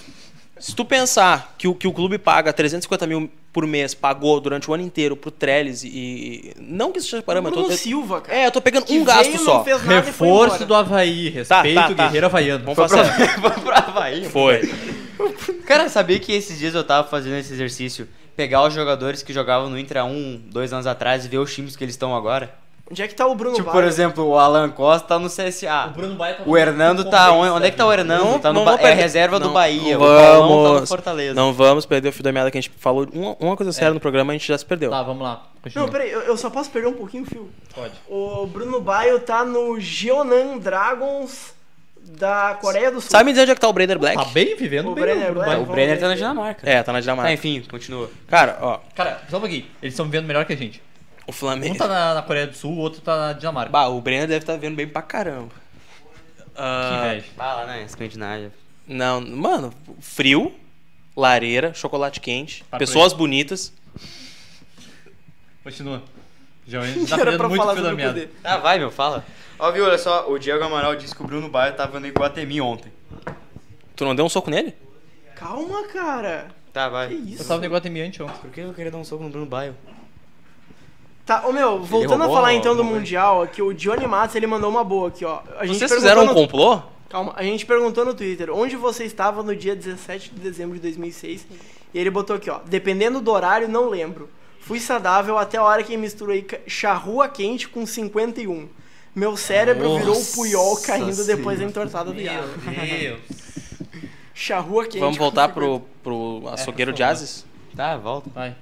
Se tu pensar que o, que o clube paga 350 mil por mês, pagou durante o ano inteiro pro Trellis e. e- Não que isso seja parâmetro. eu
Bruno
tô- eu-
Silva, cara.
é, eu tô pegando
Que
um gasto
veio, não
só.
fez nada e foi
Reforço
embora.
do Havaí,
Tá,
respeito,
tá, tá.
guerreiro havaiano.
Vamos falar sério.
Vou pra Bahia.
Foi.
Cara, sabia que esses dias eu tava fazendo esse exercício? Pegar os jogadores que jogavam no Inter há um, dois anos atrás e ver os times que eles estão agora.
Onde é que tá o Bruno
Tipo,
Vale?
por exemplo, o Alan Costa tá no CSA.
O Bruno Baia tá
O Hernando tá onde? Onde é que tá o Hernando?
Não-
tá no
não
Ba-
vou
é a
perder-
reserva
não-
do Bahia.
não
o Paulão tá no
vamos-
Fortaleza. É.
Não vamos perder o fio da meada que a gente falou. Uma, uma coisa séria no programa, a gente já se perdeu.
Tá, vamos lá. Continua.
Não, peraí, eu, eu só posso perder um pouquinho o fio.
Pode.
O Bruno Baio tá no Jeonan Dragons da Coreia do Sul.
Sabe me dizer onde é que tá o Brader Black?
Tá bem vivendo
O
bem.
Brenner
Bruno
agora
Baia.
O
vamos
Brenner
ver
tá na
aqui.
Dinamarca.
É, tá na
Tá,
Dinamarca.
enfim, continua.
Cara, ó,
Cara, só um pouquinho. Eles estão vivendo melhor que a gente.
o
Um
Flamengo.
tá na, na Coreia do Sul, o outro tá na Dinamarca.
Bah, o Brenner deve estar tá vendo bem pra caramba.
que
Ah,
inveja.
Fala, né? Escandinávia.
Não, mano, frio, lareira, chocolate quente,
Tá
pessoas bonitas.
Continua. Já tá
Era
perdendo
pra
muito
falar
fio da
sobre o
meada.
poder.
Ah, vai, meu, fala. Ó, viu, olha só, o Diego Amaral disse que o Bruno Baio tava no Iguatemi ontem.
Tu não deu um soco nele?
Calma, cara.
Tá,
Que
vai.
Eu
isso?
tava no negócio em anteontem.
Por que eu queria dar um soco no Bruno Baio?
Tá, ô meu, voltando
roubou
a falar
uma-
então do
uma-
Mundial, aqui o Johnny Matos ele mandou uma boa aqui, ó. A gente
né? Vocês
perguntou
fizeram um
no...
complô?
Calma, a gente perguntou no Twitter onde você estava no dia 17 de dezembro de 2006 e ele botou aqui, ó. Dependendo do horário, não lembro. Fui saudável até a hora que misturei ca- charrua quente com 51. Meu cérebro virou o Puyol
Nossa
caindo depois da entortada do Iago.
Meu Deus.
Charrua quente.
Vamos
com um.
voltar
50.
pro, pro
É,
açougueiro
por
de
favor.
Ases?
Tá, volta.
Vai.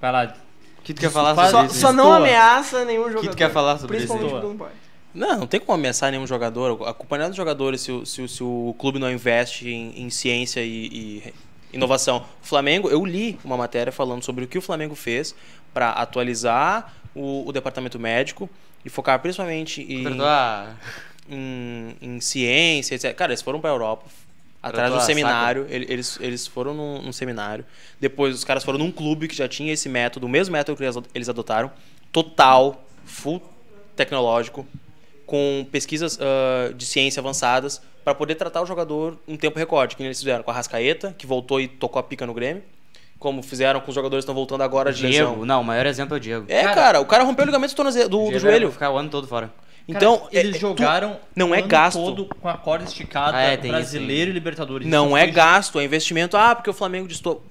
Vai lá.
O que tu quer falar
Faz-
sobre
Só,
isso?
só não
Estou.
ameaça nenhum
O
jogador.
que tu quer falar sobre isso?
Principalmente
Estou.
do Umpire.
Não, não tem como ameaçar nenhum jogador. A culpa não é dos jogadores se, o- se, o- se o clube não investe em, em ciência e, e inovação. O Flamengo, eu li uma matéria falando sobre o que o Flamengo fez para atualizar o, o departamento médico e focar principalmente em,
Perdoa.
em, em ciência, etc. Cara, eles foram para Europa, Atrás de um
tua
seminário, ele- eles, eles foram num, num seminário. Depois os caras foram num clube que já tinha esse método, o mesmo método que eles ado- eles adotaram, total, full tecnológico, com pesquisas ah, de ciência avançadas, para poder tratar o jogador em tempo recorde, que nem eles fizeram com a Rascaeta, que voltou e tocou a pica no Grêmio, como fizeram com os jogadores que estão voltando agora de
Diego,
lesão.
não, o maior exemplo é o Diego.
É, cara, o cara rompeu o ligamento do, tornoze- do, do
Diego
joelho.
vai ficar o ano todo fora.
Então,
Cara,
é- é-
eles
tu-
jogaram
não é
o ano
gasto.
todo com a corda esticada,
Ah, é, tem
brasileiro e Libertadores.
Não
Isso
é
foi-
gasto, é investimento. Ah, porque o Flamengo distou.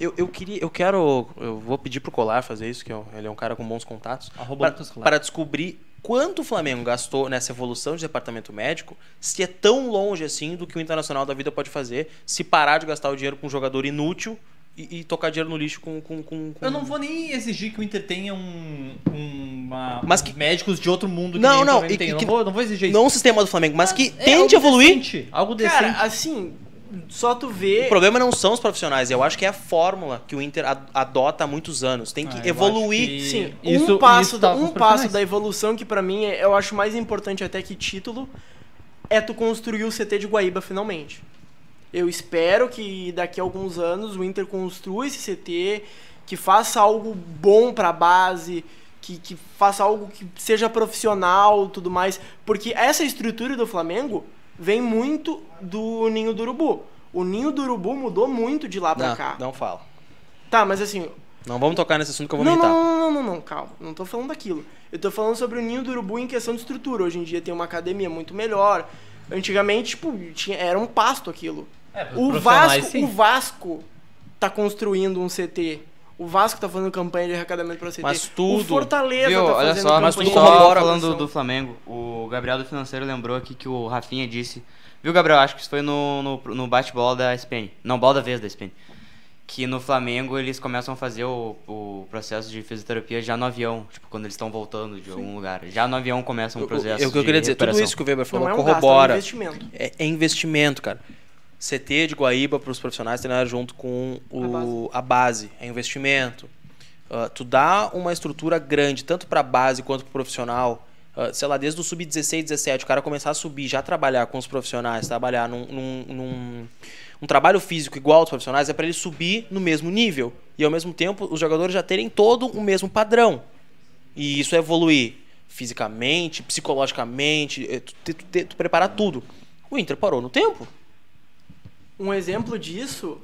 Eu, eu queria, eu quero, eu vou pedir pro Colar fazer isso, que é um- ele é um cara com bons contatos,
Arroba
para
Lucas Colar.
para descobrir quanto o Flamengo gastou nessa evolução de departamento médico, se é tão longe assim do que o Internacional da vida pode fazer, se parar de gastar o dinheiro com um jogador inútil e, e tocar dinheiro no lixo com, com, com, com-
Eu não vou nem exigir que o Inter tenha um, uma,
Mas
uns
que-
médicos de outro mundo que
Não,
nem o
não,
Flamengo
e-
tem.
e
Eu
que-
não, vou, eu não vou exigir isso.
Não um sistema do Flamengo, mas que
É
tende a
algo
evoluir.
decente, algo decente.
Cara, assim, só tu
O
vê.
problema não são os profissionais, eu acho que é a fórmula que o Inter ad- adota há muitos anos. Tem que
Ah, eu acho
evoluir.
que-
Sim,
Isso-
um passo,
isso tá
da,
com os
um passo
profissionais.
da evolução que pra mim é- eu acho mais importante até que título é tu construir o CT de Guaíba finalmente. Eu espero que daqui a alguns anos o Inter construa esse CT, que faça algo bom pra base, que, que faça algo que seja profissional tudo mais. Porque essa estrutura do Flamengo vem muito do Ninho do Urubu. O Ninho do Urubu mudou muito de lá pra
Não,
cá.
não fala.
Tá, mas assim,
Não vamos tocar nesse assunto que eu vou
não,
militar.
Não, não, não, não, não, calma. Não tô falando daquilo. Eu tô falando sobre o ninho do urubu em questão de estrutura. Hoje em dia tem uma academia muito melhor. Antigamente, tipo, tinha- era um pasto aquilo.
É, pros
o
profissionais,
Vasco,
sim.
o Vasco tá construindo um CT. O Vasco tá fazendo campanha de arrecadamento pra CT.
Mas tudo-
O Fortaleza
Viu,
tá
olha
fazendo
só,
campanha
mas
tudo
tudo
de
só
corrobora.
falando do Flamengo, o Gabriel do Financeiro lembrou aqui que o Rafinha disse. Viu, Gabriel? Acho que isso foi no, no, no bate-bola da SPN. Não, bola da vez da SPN. Que no Flamengo eles começam a fazer o, o processo de fisioterapia já no avião. Tipo, quando eles estão voltando de algum lugar. Já no avião começa um
Eu-
processo.
eu, eu, eu
de
queria dizer, tudo
recuperação.
isso que o Weber falou
Não é um
corrobora.
gasto, é um investimento.
É, é investimento, cara. CT de Guaíba para os profissionais treinar junto com o, a, base. É investimento. Ah, tu dá uma estrutura grande, tanto para a base quanto para o profissional. Ah, sei lá, desde o sub-16, 17, o cara começar a subir, já trabalhar com os profissionais, trabalhar num, num- num- um trabalho físico igual aos profissionais, é para ele subir no mesmo nível. E ao mesmo tempo, os jogadores já terem todo o mesmo padrão. E isso é evoluir fisicamente, psicologicamente, é, tu, te- tu te- tu preparar tudo. O Inter parou no tempo.
Um exemplo disso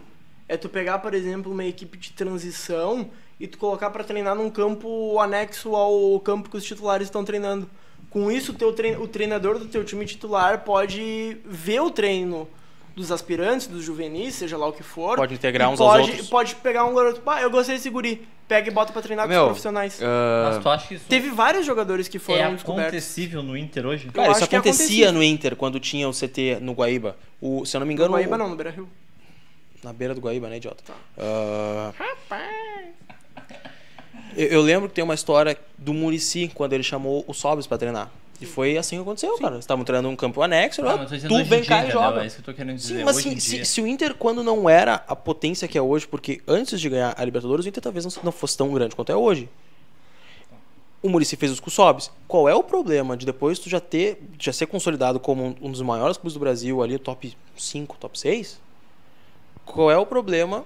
é tu pegar, por exemplo, uma equipe de transição e tu colocar pra treinar num campo anexo ao campo que os titulares estão treinando. Com isso, o teu trein- o treinador do teu time titular pode ver o treino dos aspirantes, dos juvenis, seja lá o que for.
Pode integrar
e
uns aos
pode,
outros.
Pode pegar um garoto, pá, eu gostei desse guri, pega e bota pra treinar
Meu,
com os profissionais.
ah,
Mas tu acha que isso
Teve vários jogadores que
é
foram descobertos.
acontecível no Inter hoje?
Cara, isso
acho que
acontecia
acontecia.
no Inter quando tinha o CT no Guaíba. O, se eu não me
No
engano,
Guaíba
o-
não, Tá. no Beira-Rio.
na beira do Guaíba, né, idiota? Ah, eu, eu lembro que tem uma história do Murici quando ele chamou o Sobis pra treinar. E foi assim que aconteceu, cara. Eles estavam treinando um campo anexo,
Ah,
ah,
mas eu tô dizendo
tu
hoje em
vem
dia,
cá e
né,
entendeu?
joga.
É isso que eu tô querendo dizer.
Sim, mas
hoje
se,
em
se-
dia.
se o Inter, quando não era a potência que é hoje, porque antes de ganhar a Libertadores, o Inter talvez não, não fosse tão grande quanto é hoje. O Murici fez os Cusobs. Qual é o problema de depois tu já ter já ser consolidado como um, um dos maiores clubes do Brasil, ali, top 5, top 6? Qual é o problema?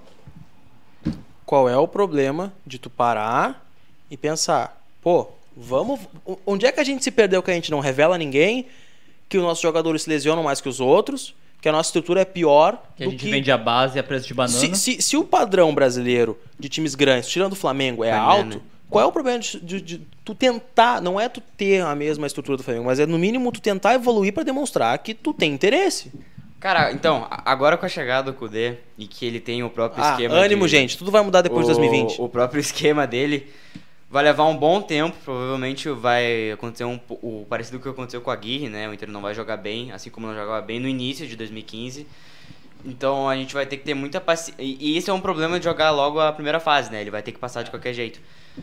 Qual é o problema de tu parar e pensar, pô, vamos. o- Onde é que a gente se perdeu que a gente não revela ninguém? Que os nossos jogadores se lesionam mais que os outros, que a nossa estrutura é pior
Que a
do
gente
que.
vende a base a preço de banana.
Se, se- se o padrão brasileiro de times grandes, tirando o Flamengo, é
Banana.
alto, qual é o problema de, de- de tu tentar? Não é tu ter a mesma estrutura do Flamengo, mas é no mínimo tu tentar evoluir pra demonstrar que tu tem interesse.
Cara, então, a- agora com a chegada do Kudê e que ele tem o próprio
Ah,
esquema.
ânimo,
de-
gente, tudo vai mudar depois de
o-
2020.
O próprio esquema dele vai levar um bom tempo. Provavelmente vai acontecer um, po- o parecido com o que aconteceu com a Aguirre, né? O Inter não vai jogar bem, assim como não jogava bem no início de 2015. Então a gente vai ter que ter muita paciência. E e esse é um problema de jogar logo a primeira fase, né? Ele vai ter que passar de qualquer jeito.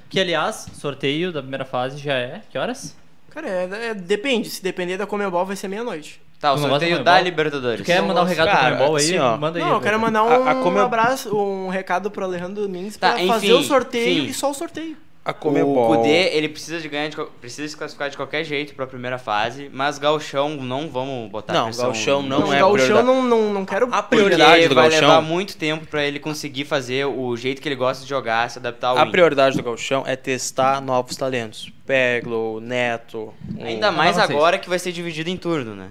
Que, aliás, sorteio da primeira fase já é. Que horas?
Cara, é- é- depende. Se depender da Comebol, vai ser meia-noite.
Tá, o
Tu não gosta
sorteio
do
da
Comebol?
Libertadores.
Tu quer mandar um
gosto.
recado
Cara,
pro Comebol aí?
assim, ó.
Manda aí.
Não, eu quero mandar
A-
um
a Come-
abraço, um recado pro Alejandro Domingues
Tá,
pra
enfim,
fazer o sorteio
sim.
e só o sorteio.
A Comebol.
O
é
Kudê, ele precisa de ganhar de, qual- precisa se classificar de qualquer jeito pra primeira fase, mas Gauchão não vamos botar
Não,
pressão.
Gauchão não
Não,
é
Gauchão,
prioridade.
não, não, não quero.
A
Porque
prioridade do
vai levar
Gauchão.
muito tempo pra ele conseguir fazer o jeito que ele gosta de jogar, se adaptar ao
A
Inter.
prioridade do Gauchão é testar novos talentos. Peglo, Neto. um- o-
Ainda mais
Não, não sei.
agora que vai ser dividido em turno, né?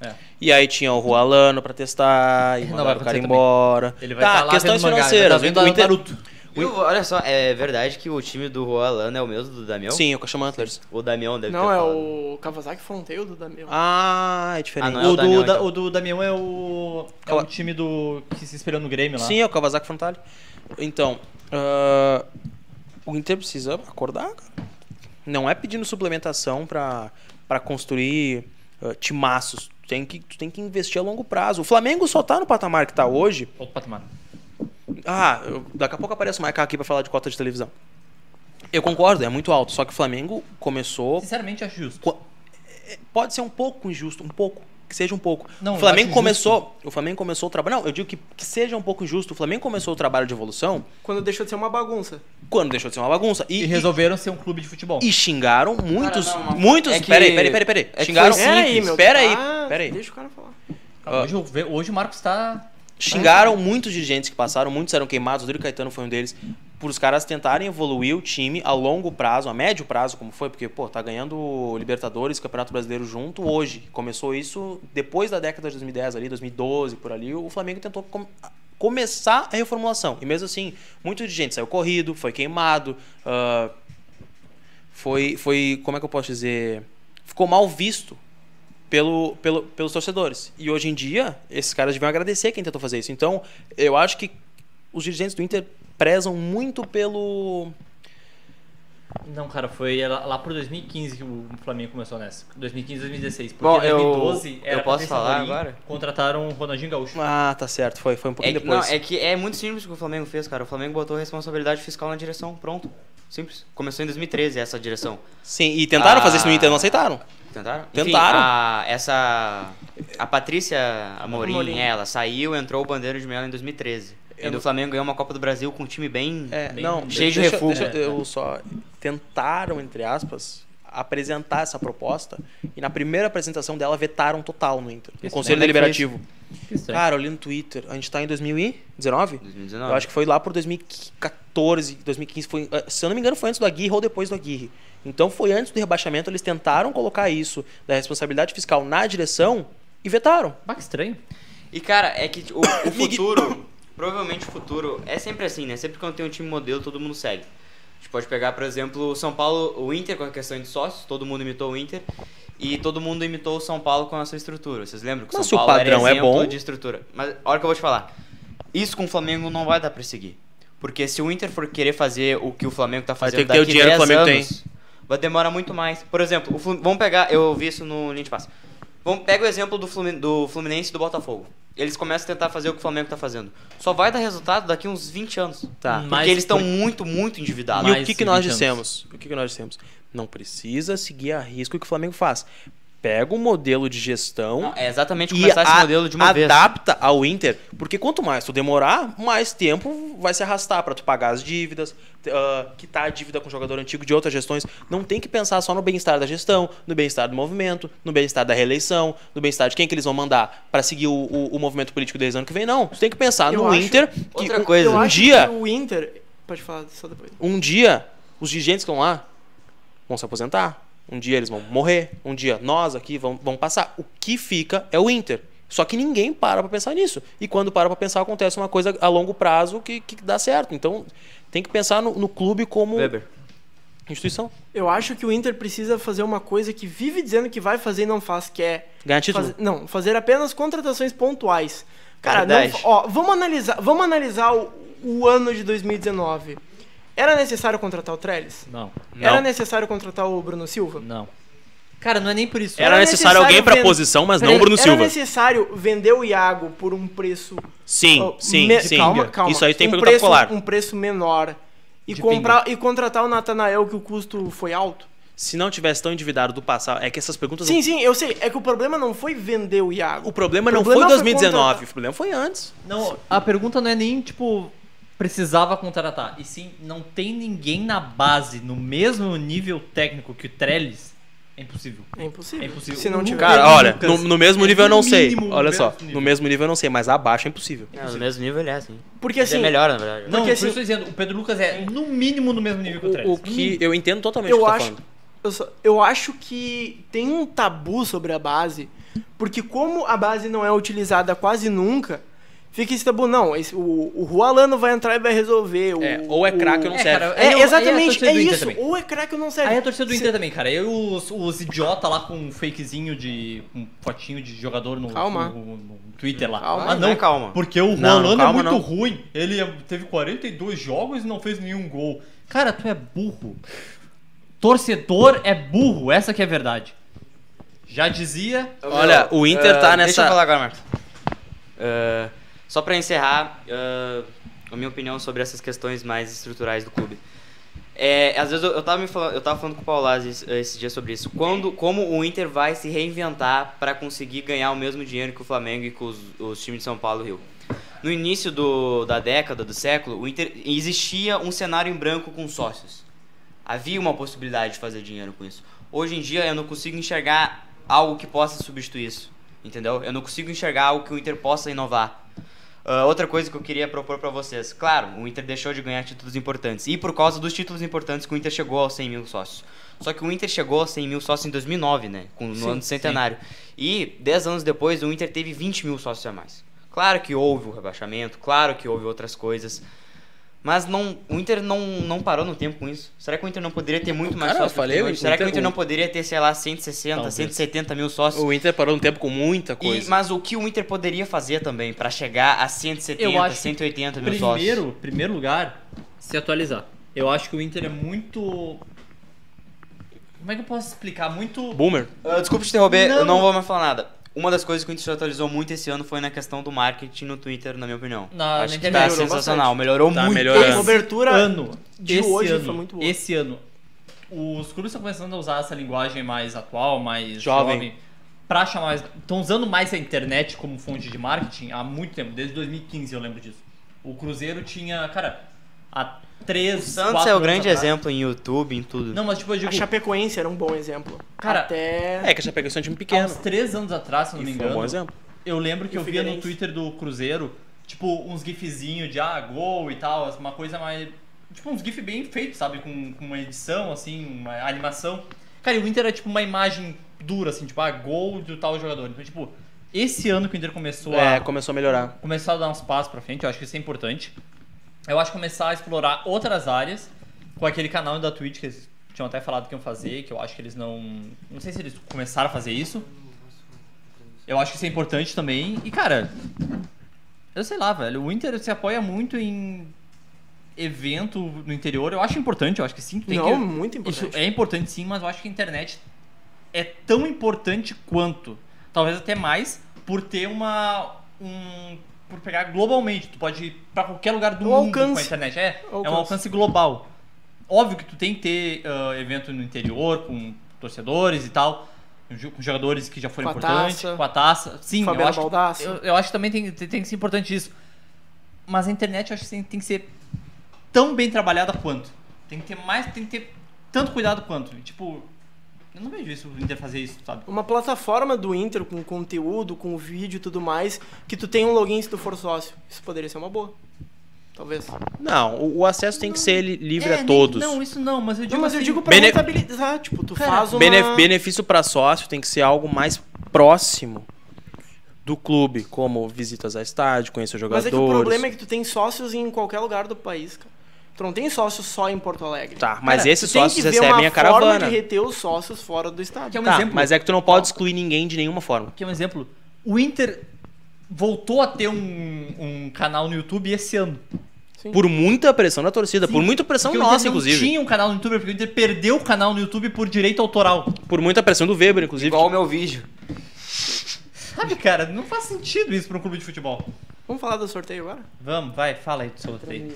É.
E aí tinha o Rualano pra testar, e
Não
mandaram
vai
o cara
acontecer
embora.
Ele vai
tá,
tá lá
questões
vendo mangá,
financeiras.
vai tá
o
vendo
Inter...
Naruto.
Viu? olha só, é verdade que o time do Juan Lana é o mesmo do Damião?
Sim, o Cachama Antlers.
O Damião deve
Não,
ter
é
falado.
o Kawasaki Fronteiro do Damião.
Ah, é
Ah,
diferente.
não é o
o,
Damião,
do, da-
então.
o do Damião é o. É o time do. que se inspirou no Grêmio lá.
Sim, é o Kawasaki Frontale. Então, ah, o Inter precisa acordar, cara. Não é pedindo suplementação pra pra construir ah, timaços. Tu Tem que, tu tem que investir a longo prazo. O Flamengo só tá no patamar que tá hoje
Outro patamar.
Ah, eu- daqui a pouco aparece o Maica aqui pra falar de cota de televisão. Eu concordo, é muito alto. Só que o Flamengo começou.
Sinceramente, acho justo.
co- é, Pode ser um pouco injusto, um pouco. Que seja um pouco.
Não,
o
eu
Flamengo
acho
começou. O Flamengo começou o trabalho. Não, eu digo que, que seja um pouco injusto. O Flamengo começou o trabalho de evolução
Quando deixou de ser uma bagunça.
quando deixou de ser uma bagunça.
E,
E,
resolveram ser um clube de futebol.
e- e xingaram muitos.
Cara, não, mas-
muitos.
é que-
Peraí, peraí, peraí, peraí.
é que
xingaram.
foi
Pera aí, meu.
Pera aí,
Ah,
pera aí.
Deixa o cara falar.
Ah, Hoje, eu ve- hoje o Marcos tá.
Xingaram muitos dirigentes que passaram, muitos eram queimados, o Rodrigo Caetano foi um deles, por os caras tentarem evoluir o time a longo prazo, a médio prazo, como foi, porque, pô, tá ganhando Libertadores, Campeonato Brasileiro junto hoje. Começou isso depois da década de 2010 ali, 2012, por ali, o Flamengo tentou com- começar a reformulação. E mesmo assim, muito dirigente saiu corrido, foi queimado, ah, foi, foi, como é que eu posso dizer, ficou mal visto pelo, pelo- pelos torcedores. E hoje em dia, esses caras deviam agradecer quem tentou fazer isso. Então, eu acho que os dirigentes do Inter prezam muito pelo.
Não, cara, foi lá lá por 2015 que o Flamengo começou nessa. 2015, 2016. Porque
Bom,
Bom,
eu-
2012
eu
era
posso
Patrícia
falar
Amorim,
agora?
Contrataram o Ronaldinho Gaúcho.
Ah, tá certo, foi, foi um
É
pouquinho
que, não,
depois.
é que é muito simples o que o Flamengo fez, cara. O Flamengo botou responsabilidade fiscal na direção, pronto. Simples. Começou em 2013 essa direção.
Sim, e tentaram
Ah.
fazer isso no Inter, não aceitaram.
Tentaram?
Tentaram.
a, essa. A Patrícia Amorim,
Amorim.
ela saiu, entrou o Bandeira de Melo em 2013. E do Flamengo ganhou uma Copa do Brasil com um time bem.
É,
Bem-
não,
Cheio de
deixa-
refúgio.
deixa eu só. Tentaram, entre aspas, apresentar essa proposta e na primeira apresentação dela vetaram total no Inter, no
Isso,
Conselho
né?
Deliberativo.
Que estranho.
Cara, eu li no Twitter, a gente tá em 2019?
2019.
Eu acho que foi lá por 2014, 2015. Foi, eh, se eu não me engano, foi antes do Aguirre ou depois do Aguirre. Então foi antes do rebaixamento, eles tentaram colocar isso da responsabilidade fiscal na direção e vetaram.
Bah, que estranho.
E cara, é que o, o futuro, provavelmente o futuro, é sempre assim, né? Sempre quando tem um time modelo, todo mundo segue. A gente pode pegar, por exemplo, o São Paulo, o Inter com a questão de sócios, todo mundo imitou o Inter. E todo mundo imitou o São Paulo com a sua estrutura. Vocês lembram que o
Mas
São
o
Paulo
padrão é
era exemplo
bom.
de estrutura. Mas olha o que eu vou te falar. Isso com o Flamengo não vai dar pra seguir. Porque se o Inter for querer fazer o que o Flamengo tá
Vai
fazendo
ter que ter o
daqui
dinheiro que o
10
Flamengo
anos, vai demorar muito mais. Por exemplo, o Flu- vamos pegar, eu vi isso no Link Pass. Vamos pega o exemplo do, Flumin- do Fluminense e do Botafogo. Eles começam a tentar fazer o que o Flamengo tá fazendo. Só vai dar resultado daqui uns 20 anos.
Tá.
Porque
Mas
eles estão
por-
muito, muito endividados.
E o
mais
que, que
de
nós
20
dissemos? O que, que nós dissemos? Não precisa seguir a risco o que o Flamengo faz. Pega o modelo de gestão
Não, é exatamente
e
começar esse
a-
modelo de uma vez.
adapta ao Inter, porque quanto mais tu demorar, mais tempo vai se arrastar pra tu pagar as dívidas, t- ah, quitar a dívida com o jogador antigo de outras gestões. Não tem que pensar só no bem-estar da gestão, no bem-estar do movimento, no bem-estar da reeleição, no bem-estar de quem que eles vão mandar pra seguir o, o- o movimento político deles ano que vem. Não, tu tem que pensar
Eu
Tá no
acho-
Inter. que
Outra
um-
coisa.
eu
um
acho
dia-
que o Inter. Pode falar só depois.
um dia, os dirigentes que estão lá vão se aposentar. Um dia eles vão morrer. Um dia nós aqui vamos, vamos passar. O que fica é o Inter. Só que ninguém para pra pensar nisso. E quando para pra pensar, acontece uma coisa a longo prazo que, que dá certo. Então, tem que pensar no, no clube como
Weber.
instituição.
Eu acho que o Inter precisa fazer uma coisa que vive dizendo que vai fazer e não faz, que é
Ganhar título.
Fazer- não, fazer apenas contratações pontuais. Cara, não,
Verdade.
ó, vamos analisar, vamos analisar o, o ano de 2019. Era necessário contratar o Trellis?
Não.
Era necessário contratar o Bruno Silva?
Não. Cara, não é nem por isso.
Era necessário alguém pra ven- posição,
mas
Peraí, era necessário vender o Iago por um preço.
Sim,
ó, Oh, me- Calma, calma. um preço, Um preço menor. E,
De
comprar, e contratar o Natanael que o custo foi alto?
Se não tivesse tão endividado do passado, é que essas perguntas.
Sim, sim, eu sei. É que o problema não foi vender o Iago.
O problema,
O
não
problema
foi
foi
2019,
contratar.
o problema foi antes.
Não, a pergunta não é nem, tipo, precisava contratar. E sim, não tem ninguém na base, no mesmo nível técnico que o Trellis, é impossível.
É impossível.
É impossível.
Se não
O
tiver.
Cara, olha,
Lucas,
no, no mesmo
é
nível eu
no
não sei.
mínimo,
Olha
no
só,
mesmo nível.
no mesmo nível eu não sei, mas abaixo é impossível.
É, no mesmo nível ele é assim.
porque assim,
Ele é melhor, na verdade.
Não,
Porque,
por isso
assim,
eu estou dizendo, o Pedro Lucas é no mínimo no mesmo nível que o Trellis.
O, o que eu entendo totalmente o
eu
que tu tá
acho,
falando.
eu, só- eu acho que tem um tabu sobre a base, porque como a base não é utilizada quase nunca, fica esse tabu, não, esse- o, o Rualano vai entrar e vai resolver. o-
É, ou é craque ou não
É,
serve.
cara,
É,
eu- aí a
exatamente,
torcida
é
do Inter
isso.
também.
Ou é craque ou não serve.
Aí a torcida do
Se-
Inter também, cara. Eu e os, os idiota lá com um fakezinho de. com um fotinho de jogador no,
Calma.
no- no- no Twitter lá.
Calma.
Ah, não,
Não, é calma.
Porque o
Não,
Rolando é
calma,
muito
não.
ruim. Ele é- teve 42 jogos e não fez nenhum gol. Cara, tu é burro. Torcedor é burro, essa que é a verdade. Já dizia.
Olha, o Inter
eh, Deixa
tá nessa-
eu falar agora, Marcos. Eh, só pra encerrar, eh, a minha opinião sobre essas questões mais estruturais do clube. É, às vezes eu, eu, tava me falando, eu tava falando com o Paulazzi esse, esse dia sobre isso. Quando, como o Inter vai se reinventar pra conseguir ganhar o mesmo dinheiro que o Flamengo e que os, os times de São Paulo e Rio. No início do, da década, do século, o Inter existia um cenário em branco com sócios. Havia uma possibilidade de fazer dinheiro com isso. Hoje em dia eu não consigo enxergar algo que possa substituir isso. Entendeu? Eu não consigo enxergar algo que o Inter possa inovar. Ah, outra coisa que eu queria propor pra vocês. Claro, o Inter deixou de ganhar títulos importantes. E por causa dos títulos importantes que o Inter chegou aos 100 mil sócios. Só que o Inter chegou aos 100 mil sócios em 2009, né? Com, no ano do centenário. E 10 anos depois, o Inter teve 20 mil sócios a mais. Claro que houve o rebaixamento, claro que houve outras coisas. Mas não, o Inter não, não parou no tempo com isso. Será que o Inter não poderia ter muito mais
Cara, eu
sócios? do que
falei,
hoje?
o
Será que o
Inter-
Inter não poderia ter, sei lá, 160,
Talvez.
170 mil sócios?
O Inter parou um tempo com muita
E-
coisa.
mas o que o Inter poderia fazer também pra chegar a 170,
Eu acho que
180 mil sócios?
Primeiro, primeiro lugar, se atualizar. Eu acho que o Inter é muito. Como é que eu posso explicar? Muito.
Boomer.
Ah, desculpa te interromper, eu
Não.
não vou mais falar nada. Uma das coisas que o Inter se atualizou muito esse ano foi na questão do marketing no Twitter, na minha opinião.
Na-
acho
na
que
internet.
tá
Melhorou
sensacional, melhorou
Tá
muito.
A
melhorando.
cobertura
ano,
de
esse
hoje
ano,
foi muito boa.
Esse ano, os clubes estão começando a usar essa linguagem mais atual, mais
Jovem.
jovem, pra chamar. Estão usando mais a internet como fonte de marketing há muito tempo, desde 2015 eu lembro disso. O Cruzeiro tinha, cara, há três,
O Santos
quatro
é o
anos
grande
atrás.
exemplo em YouTube, em tudo.
Não, mas tipo, eu digo,
A Chapecoense era um bom exemplo.
Cara,
até
É que a Chapecoense é um time
há
pequeno.
uns três anos atrás, se eu não me
E foi um bom
engano,
exemplo.
Eu lembro que
E o
eu via no
Figueirense.
Twitter do Cruzeiro, tipo, uns gifzinhos de ah, gol e tal, uma coisa mais. Tipo, uns gif bem feitos, sabe? Com, com uma edição, assim, uma animação. Cara, e o Inter é tipo uma imagem dura, assim, tipo, ah, gol do tal jogador. Então, tipo, esse ano que o Inter começou
É,
a
começou a melhorar.
começar a dar uns passos pra frente, eu acho que isso é importante. Eu acho que começar a explorar outras áreas com aquele canal da Twitch que eles tinham até falado que iam fazer, que eu acho que eles não. Não sei se eles começaram a fazer isso. Eu acho que isso é importante também. E, cara, eu sei lá, velho. O Inter se apoia muito em evento no interior. Eu acho importante, eu acho que sim. Tem
não,
que...
muito importante.
Isso é importante sim, mas eu acho que a internet é tão importante quanto, talvez até mais, por ter uma um por pegar globalmente, tu pode ir pra qualquer lugar do
O
mundo com a
alcance.
internet, é, é um
Alcance.
alcance global. Óbvio que tu tem que ter ah, evento no interior com torcedores e tal, jo- com jogadores que já foram
Com a
importantes,
taça.
com a taça. Sim, eu
Fabiana
acho, que,
Baldassi.
eu, eu acho que também tem, tem, tem que ser importante isso. Mas a internet eu acho que tem, tem que ser tão bem trabalhada quanto. Tem que ter mais, tem que ter tanto cuidado quanto. E, Tipo, eu não vejo isso, o Inter fazer isso, sabe?
Uma plataforma do Inter com conteúdo, com vídeo e tudo mais, que tu tem um login se tu for sócio. Isso poderia ser uma boa. Talvez.
Não, o, o acesso tem que ser li- livre
É,
a
nem-
todos.
Não, isso não, mas eu digo,
Não, mas eu
assim,
digo pra
Bene-
rentabilizar, tipo, tu
Cara,
faz uma...
Bene- Benefício para sócio tem que ser algo mais próximo do clube, como visitas a estádio, conhecer os
Mas
jogadores.
é que o problema é que tu tem sócios em qualquer lugar do país, cara. Tu não tem sócios só em Porto Alegre.
Tá, mas é
Cara,
esses
tu tem
sócios
que ver
recebem
uma
a
forma
caravana.
de reter os sócios fora do
que é
estádio.
um
Tá,
exemplo.
mas é que tu não pode excluir ninguém de nenhuma forma.
Que é um exemplo. O Inter voltou a ter um, um canal no YouTube esse ano.
Por muita pressão da torcida, por muita pressão
Porque o
nossa,
Inter não
inclusive.
tinha um canal no YouTube, porque o Inter perdeu o canal no YouTube por direito autoral.
Por muita pressão do Weber, inclusive.
Igual o meu vídeo.
Sabe, cara, não faz sentido isso pra um clube de futebol.
Vamos falar do sorteio agora?
Vamos, vai, fala aí do seu outro aí.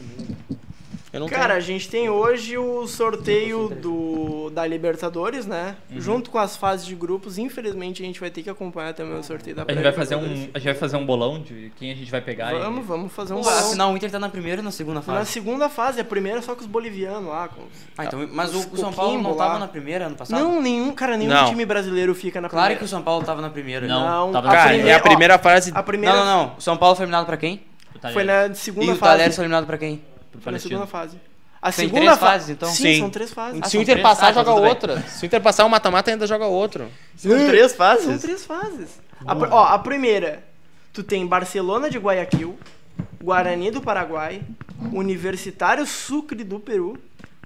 Eu não
Cara, a
tenho.
gente tem hoje o sorteio do, da Libertadores, né?
Uhum.
Junto com as fases de grupos, infelizmente a gente vai ter que acompanhar também o sorteio da
A gente vai fazer um,
pré-Libertadores.
a gente vai fazer um bolão de quem a gente vai pegar. e-
Vamos, vamos fazer
Pô,
um bolão.
afinal, o Inter tá na primeira e na segunda
Na
fase.
segunda fase, a primeira é só com os bolivianos lá. com os-
Ah, então, mas
um
o,
Os
o São Paulo não
Coquimbo
tava
lá.
na primeira ano passado?
Não, nenhum, cara, nenhum
Não.
time brasileiro fica na
Claro
primeira.
que o São Paulo tava na primeira.
Não,
Não,
tava
a
na
Cara,
primeira.
é a primeira fase.
A primeira
Não, não, não. O São Paulo foi eliminado pra quem?
O Talier,
foi na segunda
e o
fase.
Talher foi eliminado pra quem?
pro
Foi na
Palestino.
segunda fase. A
Tem
segunda
três
fa-
fases, então?
Sim,
Sim.
são três fases.
Ah,
Se o
são
Inter
três? Ah,
passar,
tá,
joga
tudo bem.
outra. Se o Inter passar, o mata-mata ainda joga outro.
São três
São
fases?
três fases. A, pr- ó, a primeira, tu tem Barcelona de Guayaquil, Guarani do Paraguai, Universitário Sucre do Peru,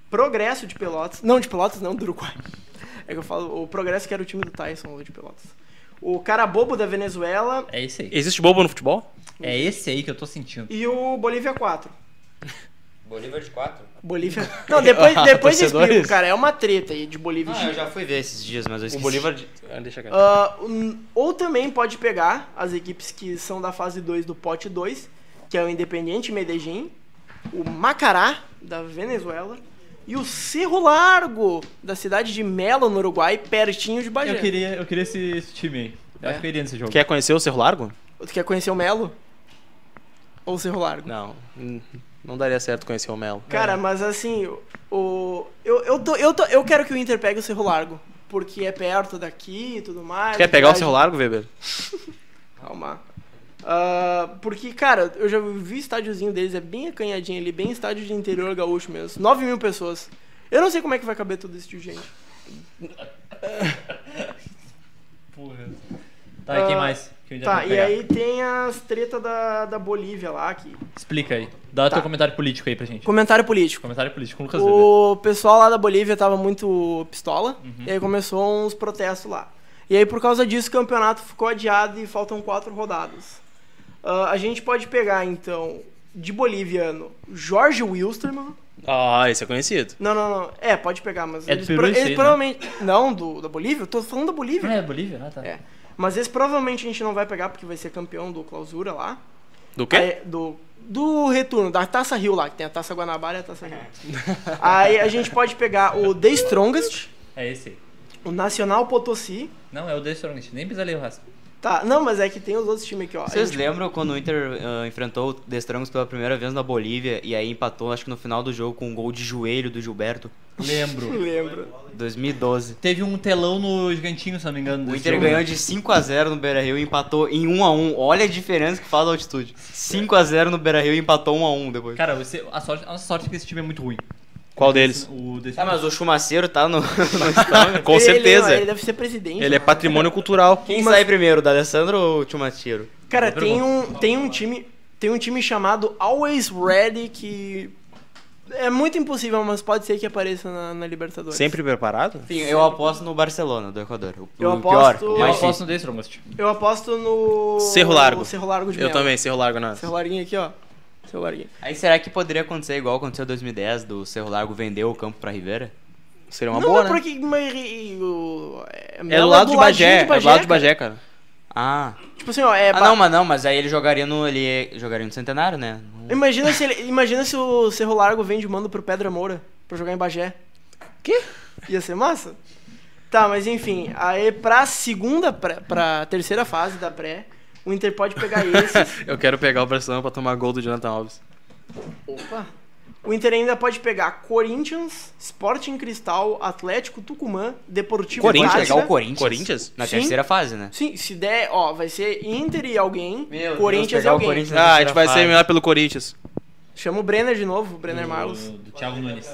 Progresso de Pelotas. Não, de Pelotas não, do Uruguai. É que eu falo, o Progresso que era o time do Tyson lá de Pelotas. O Carabobo da Venezuela
É esse aí.
Existe bobo no futebol?
É esse aí que eu tô sentindo.
e o Bolívia 4.
Bolívar de quatro.
Bolívia. Não, depois, depois eu
Ah, Torcedores?
explico, cara. É uma treta aí de Bolívia e
Ah,
Chile.
eu já fui ver esses dias, mas eu
O
esqueci.
Bolívar. de- Ah, deixa quieto.
Ah, um- ou também pode pegar as equipes que são da fase 2 do pote 2, que é o Independiente Medellín, o Macará, da Venezuela, e o Cerro Largo, da cidade de Melo, no Uruguai, pertinho de Bagé.
Eu queria, eu queria esse, esse time aí. Eu
É.
acho que eu iria nesse jogo.
Quer conhecer o Cerro Largo?
Tu quer conhecer o Melo? Ou o Cerro Largo?
Não. hum, Não daria certo conhecer o Melo.
Cara, mas assim, o- o, eu, eu, tô- eu, tô- eu quero que o Inter pegue o Cerro Largo, porque é perto daqui e tudo mais.
Tu quer pegar o
cidade-
Cerro Largo, Weber?
Calma. Ah, porque, cara, eu já vi o estádiozinho deles, é bem acanhadinho ali, bem estádio de interior gaúcho mesmo. 9 mil pessoas. Eu não sei como é que vai caber tudo isso de gente.
Porra. Tá, e quem
Ah,
mais? que eu ainda
Tá,
vou
e
pegar?
aí tem as tretas da, da Bolívia lá. Que...
Explica aí. Dá
Tá.
teu comentário político aí pra gente.
Comentário político.
Comentário político com o Lucas Weber.
O pessoal lá da Bolívia tava muito pistola,
Uhum.
e aí começou uns protestos lá. E aí, por causa disso, o campeonato ficou adiado e faltam quatro rodadas. Ah, a gente pode pegar, então, de boliviano, Jorge Wilstermann,
Ah, esse é conhecido.
Não, não, não. É, pode pegar, mas
É do
eles,
Peru
pro-
isso
eles
aí, né?
provavelmente. Não, do, da Bolívia? Eu tô falando da
Ah,
Bolívia.
é Bolívia? Ah, tá.
É. Mas esse provavelmente a gente não vai pegar porque vai ser campeão do clausura lá.
Do quê?
Aí, do, do retorno, da Taça Rio lá, que tem a Taça Guanabara e a Taça Rio. Aí a gente pode pegar o The Strongest,
É esse aí.
o Nacional Potosí.
Não, é o The Strongest. Nem precisa ler o resto.
Tá, não, mas é que tem os outros times aqui, ó. A
Vocês
gente-
lembram quando o Inter ah, enfrentou o Destrangos pela primeira vez na Bolívia e aí empatou, acho que no final do jogo, com um gol de joelho do Gilberto?
Lembro.
Lembro.
2012.
Teve um telão no Gigantinho, se não me engano.
O
desse
Inter
jogo.
ganhou de 5x0 no Beira-Rio e empatou em 1x1. Olha a diferença que faz a altitude. 5x0 no Beira-Rio e empatou 1x1 depois.
Cara, você, a, sorte, a nossa sorte é que esse time é muito ruim.
Qual deles?
O The
Ah, mas o Chumaceiro tá no...
Com
Ele-
certeza.
Ele, deve ser presidente.
Ele é patrimônio cultural.
Quem sai primeiro, o D'Alessandro ou o Chumaceiro?
Cara,
Boa
tem
pergunta.
um, tem um time. Tem um time chamado Always Ready que. É muito impossível, mas pode ser que apareça na, na Libertadores.
Sempre preparado?
Enfim, eu aposto no Barcelona, do Equador. O,
Eu
o pior,
aposto-
o
eu
mais
aposto no The Strongest.
Eu aposto no.
Cerro Largo.
Cerro Largo de
Eu
Melo.
também, Cerro Largo na.
Cerro Larguinho aqui, ó. Cerro Larguinho.
Aí será que poderia acontecer igual aconteceu em 2010, do Cerro Largo vender o campo pra Rivera?
Seria uma
Não
boa,
é
né?
porque. Mas, e- o- é,
É
Melo
do lado de
ladinho
Bagé, é do lado de
cara.
Bagé, cara.
Ah.
Tipo assim, ó. É,
ah,
ba-
não, mas não, mas aí ele jogaria no. Ele jogaria no centenário, né? No-
Imagina se, ele- imagina se o Cerro Largo vende e manda pro Pedra Moura pra jogar em Bagé.
Quê?
Ia ser massa? Tá, mas enfim, aí pra segunda, pré, pra terceira fase da pré, o Inter pode pegar esses.
Eu quero pegar o Barcelona pra tomar gol do Jonathan Alves.
Opa! O Inter ainda pode pegar Corinthians, Sporting Cristal, Atlético Tucumã, Deportivo
Corinthians?
Tátira.
Pegar o Corinthians.
Corinthians?
Na
Sim.
terceira fase, né?
Sim, se der, ó, vai ser Inter e alguém,
Meu Deus,
Corinthians e
pegar o
alguém.
Corinthians.
Ah, a gente vai ser melhor pelo Corinthians.
Chama o Brenner de novo, o Brenner Marlos.
Do, do Thiago Nunes.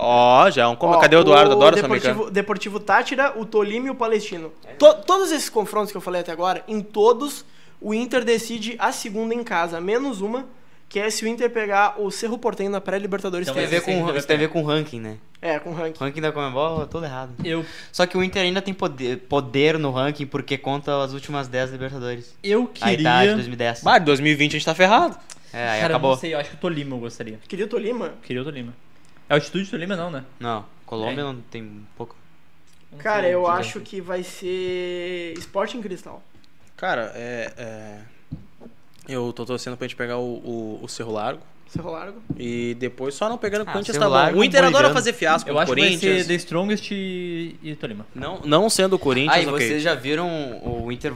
Ó, já é um como.
Ó,
Cadê o Eduardo?
o
Adoro essa americana.
Deportivo, Deportivo Tátira, o Tolima e o Palestino.
É.
To- todos esses confrontos que eu falei até agora, em todos, o Inter decide a segunda em casa, menos uma, que é se o Inter pegar o Cerro Portenho na pré-Libertadores.
Então
Tem a
três.
ver com, isso tem a ver com o ranking, né?
É, com o ranking.
O ranking da Comebol é todo errado.
Eu,
Só que o Inter ainda tem poder, poder no ranking porque conta as últimas 10 Libertadores.
eu
Aí tá, de
queria...
2010.
Bah, 2020 a gente tá ferrado.
É,
Cara,
aí
eu
acabou.
não sei, eu acho que o Tolima eu gostaria. Eu
Queria o Tolima.
queria o Tolima. É altitude do Tolima não, né?
Não, Colômbia
É.
não tem pouco.
Não
Cara,
sei, é.
eu
não sei.
acho que vai ser Sporting Cristal.
Cara, é. é, Eu tô torcendo pra gente pegar o, o, o Cerro Largo,
Cerro Largo.
E depois só não pegando
Ah,
Corinthians
Cerro
tá bom.
Largo,
O Inter adora
Buriram.
fazer fiasco
Eu
com o
acho que vai ser
Corinthians.
The Strongest e, e Tolima. Tá
Não, não sendo o Corinthians,
Ah, e
ok.
vocês já viram o Inter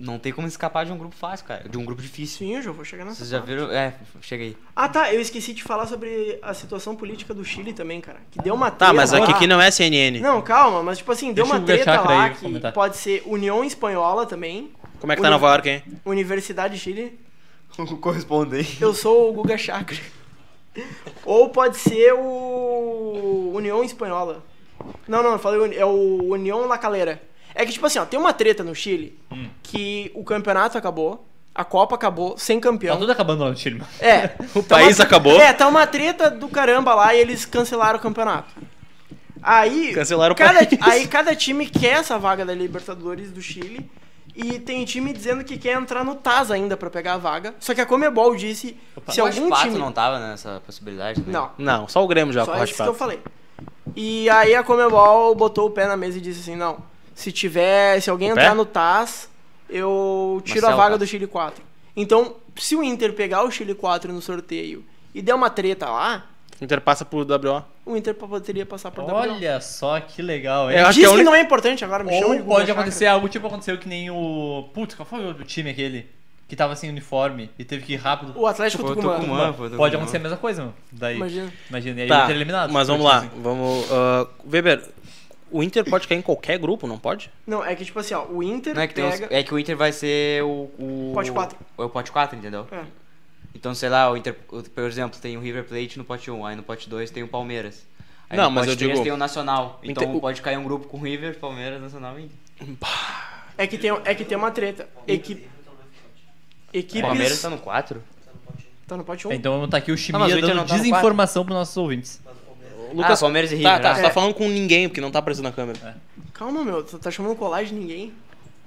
não tem como escapar de um grupo fácil, cara. De um grupo difícil.
Sim, eu já vou chegar nessa.
Vocês já viram? É, chega aí.
Ah, tá. Eu esqueci de falar sobre a situação política do Chile também, cara. Que deu uma
Tá,
treta
mas
lá.
aqui que não é CNN.
Não, calma, mas tipo assim, deu
Deixa
uma
o Guga
treta
Chakra
lá
aí
que
comentar.
pode ser União Espanhola também,
Como é que tá Nova York, hein?
Universidade de Chile,
O correspondente.
eu sou o Guga Chakra. Ou pode ser o União Espanhola. Não, não, eu falei uni- é o União La Calera. É que tipo assim, ó, tem uma treta no Chile
Hum.
que o campeonato acabou, a Copa acabou, sem
Tá
campeão.
tudo acabando lá no Chile, mano.
É.
O país
uma-
acabou.
É, tá uma treta do caramba lá e eles cancelaram o campeonato. Aí.
Cancelaram o
cada,
país.
Aí cada time quer essa vaga da Libertadores do Chile. E tem time dizendo que quer entrar no TAS ainda pra pegar a vaga. Só que a Comebol disse se
o
algum
Pato
time.
não tava nessa possibilidade, né?
Não,
Não, só o Grêmio já, tá com o
só isso que
Raspato.
eu falei. E aí a Comebol botou o pé na mesa e disse assim: não, se tiver. Se alguém
O
entrar
pé?
no TAS, eu tiro
Marcelo
a vaga
Taz.
do Chile 4. Então, se o Inter pegar o Chile 4 no sorteio e der uma treta lá,
Inter passa pro WO.
o Inter poderia passar por Olha,
Olha só que legal,
Eu
hein?
acho
Diz
que
que,
é a única-
não é importante agora, me chama de
Ou
Guga
pode
Chakra.
acontecer algo tipo aconteceu que nem o. Putz, qual foi o outro time aquele? Que tava sem uniforme e teve que ir rápido.
O Atlético
Foi o
Tucumã.
Tucumã.
Mano,
foi o
Pode
Tucumã.
acontecer a mesma coisa, mano. Daí.
Imagina.
Imagina, e aí
Tá,
o Inter é eliminado.
mas vamos
Tipo
lá.
assim.
Vamos... ah, Weber, o Inter pode cair em qualquer grupo, não pode?
Não, é que tipo assim, ó, o Inter
Não é que, tem uns-
pega...
é que o Inter vai ser o. o
Pote quatro.
É o pote 4, entendeu?
É.
Então, sei lá, o Inter, o- por exemplo, tem o River Plate no pote 1, aí no pote 2 tem o Palmeiras. Aí
Não,
no
mas
pote
eu
três
digo-
tem o Nacional. Então
Inte- o-
pode cair um grupo com River, Palmeiras, Nacional e Inter.
É que tem, é que tem uma treta. Equi...
O Palmeiras
Equipes...
tá no 4?
Tá no pote 1.
É, Então vamos botar aqui o
Ah, mas
Chimia
o Inter
dando
não tá no
desinformação pros nossos ouvintes.
Ah, Palmeiras e River.
Tá, tá,
ah.
você tá falando com ninguém, porque não tá aparecendo na câmera.
Calma, meu, tu tá chamando colagem de ninguém.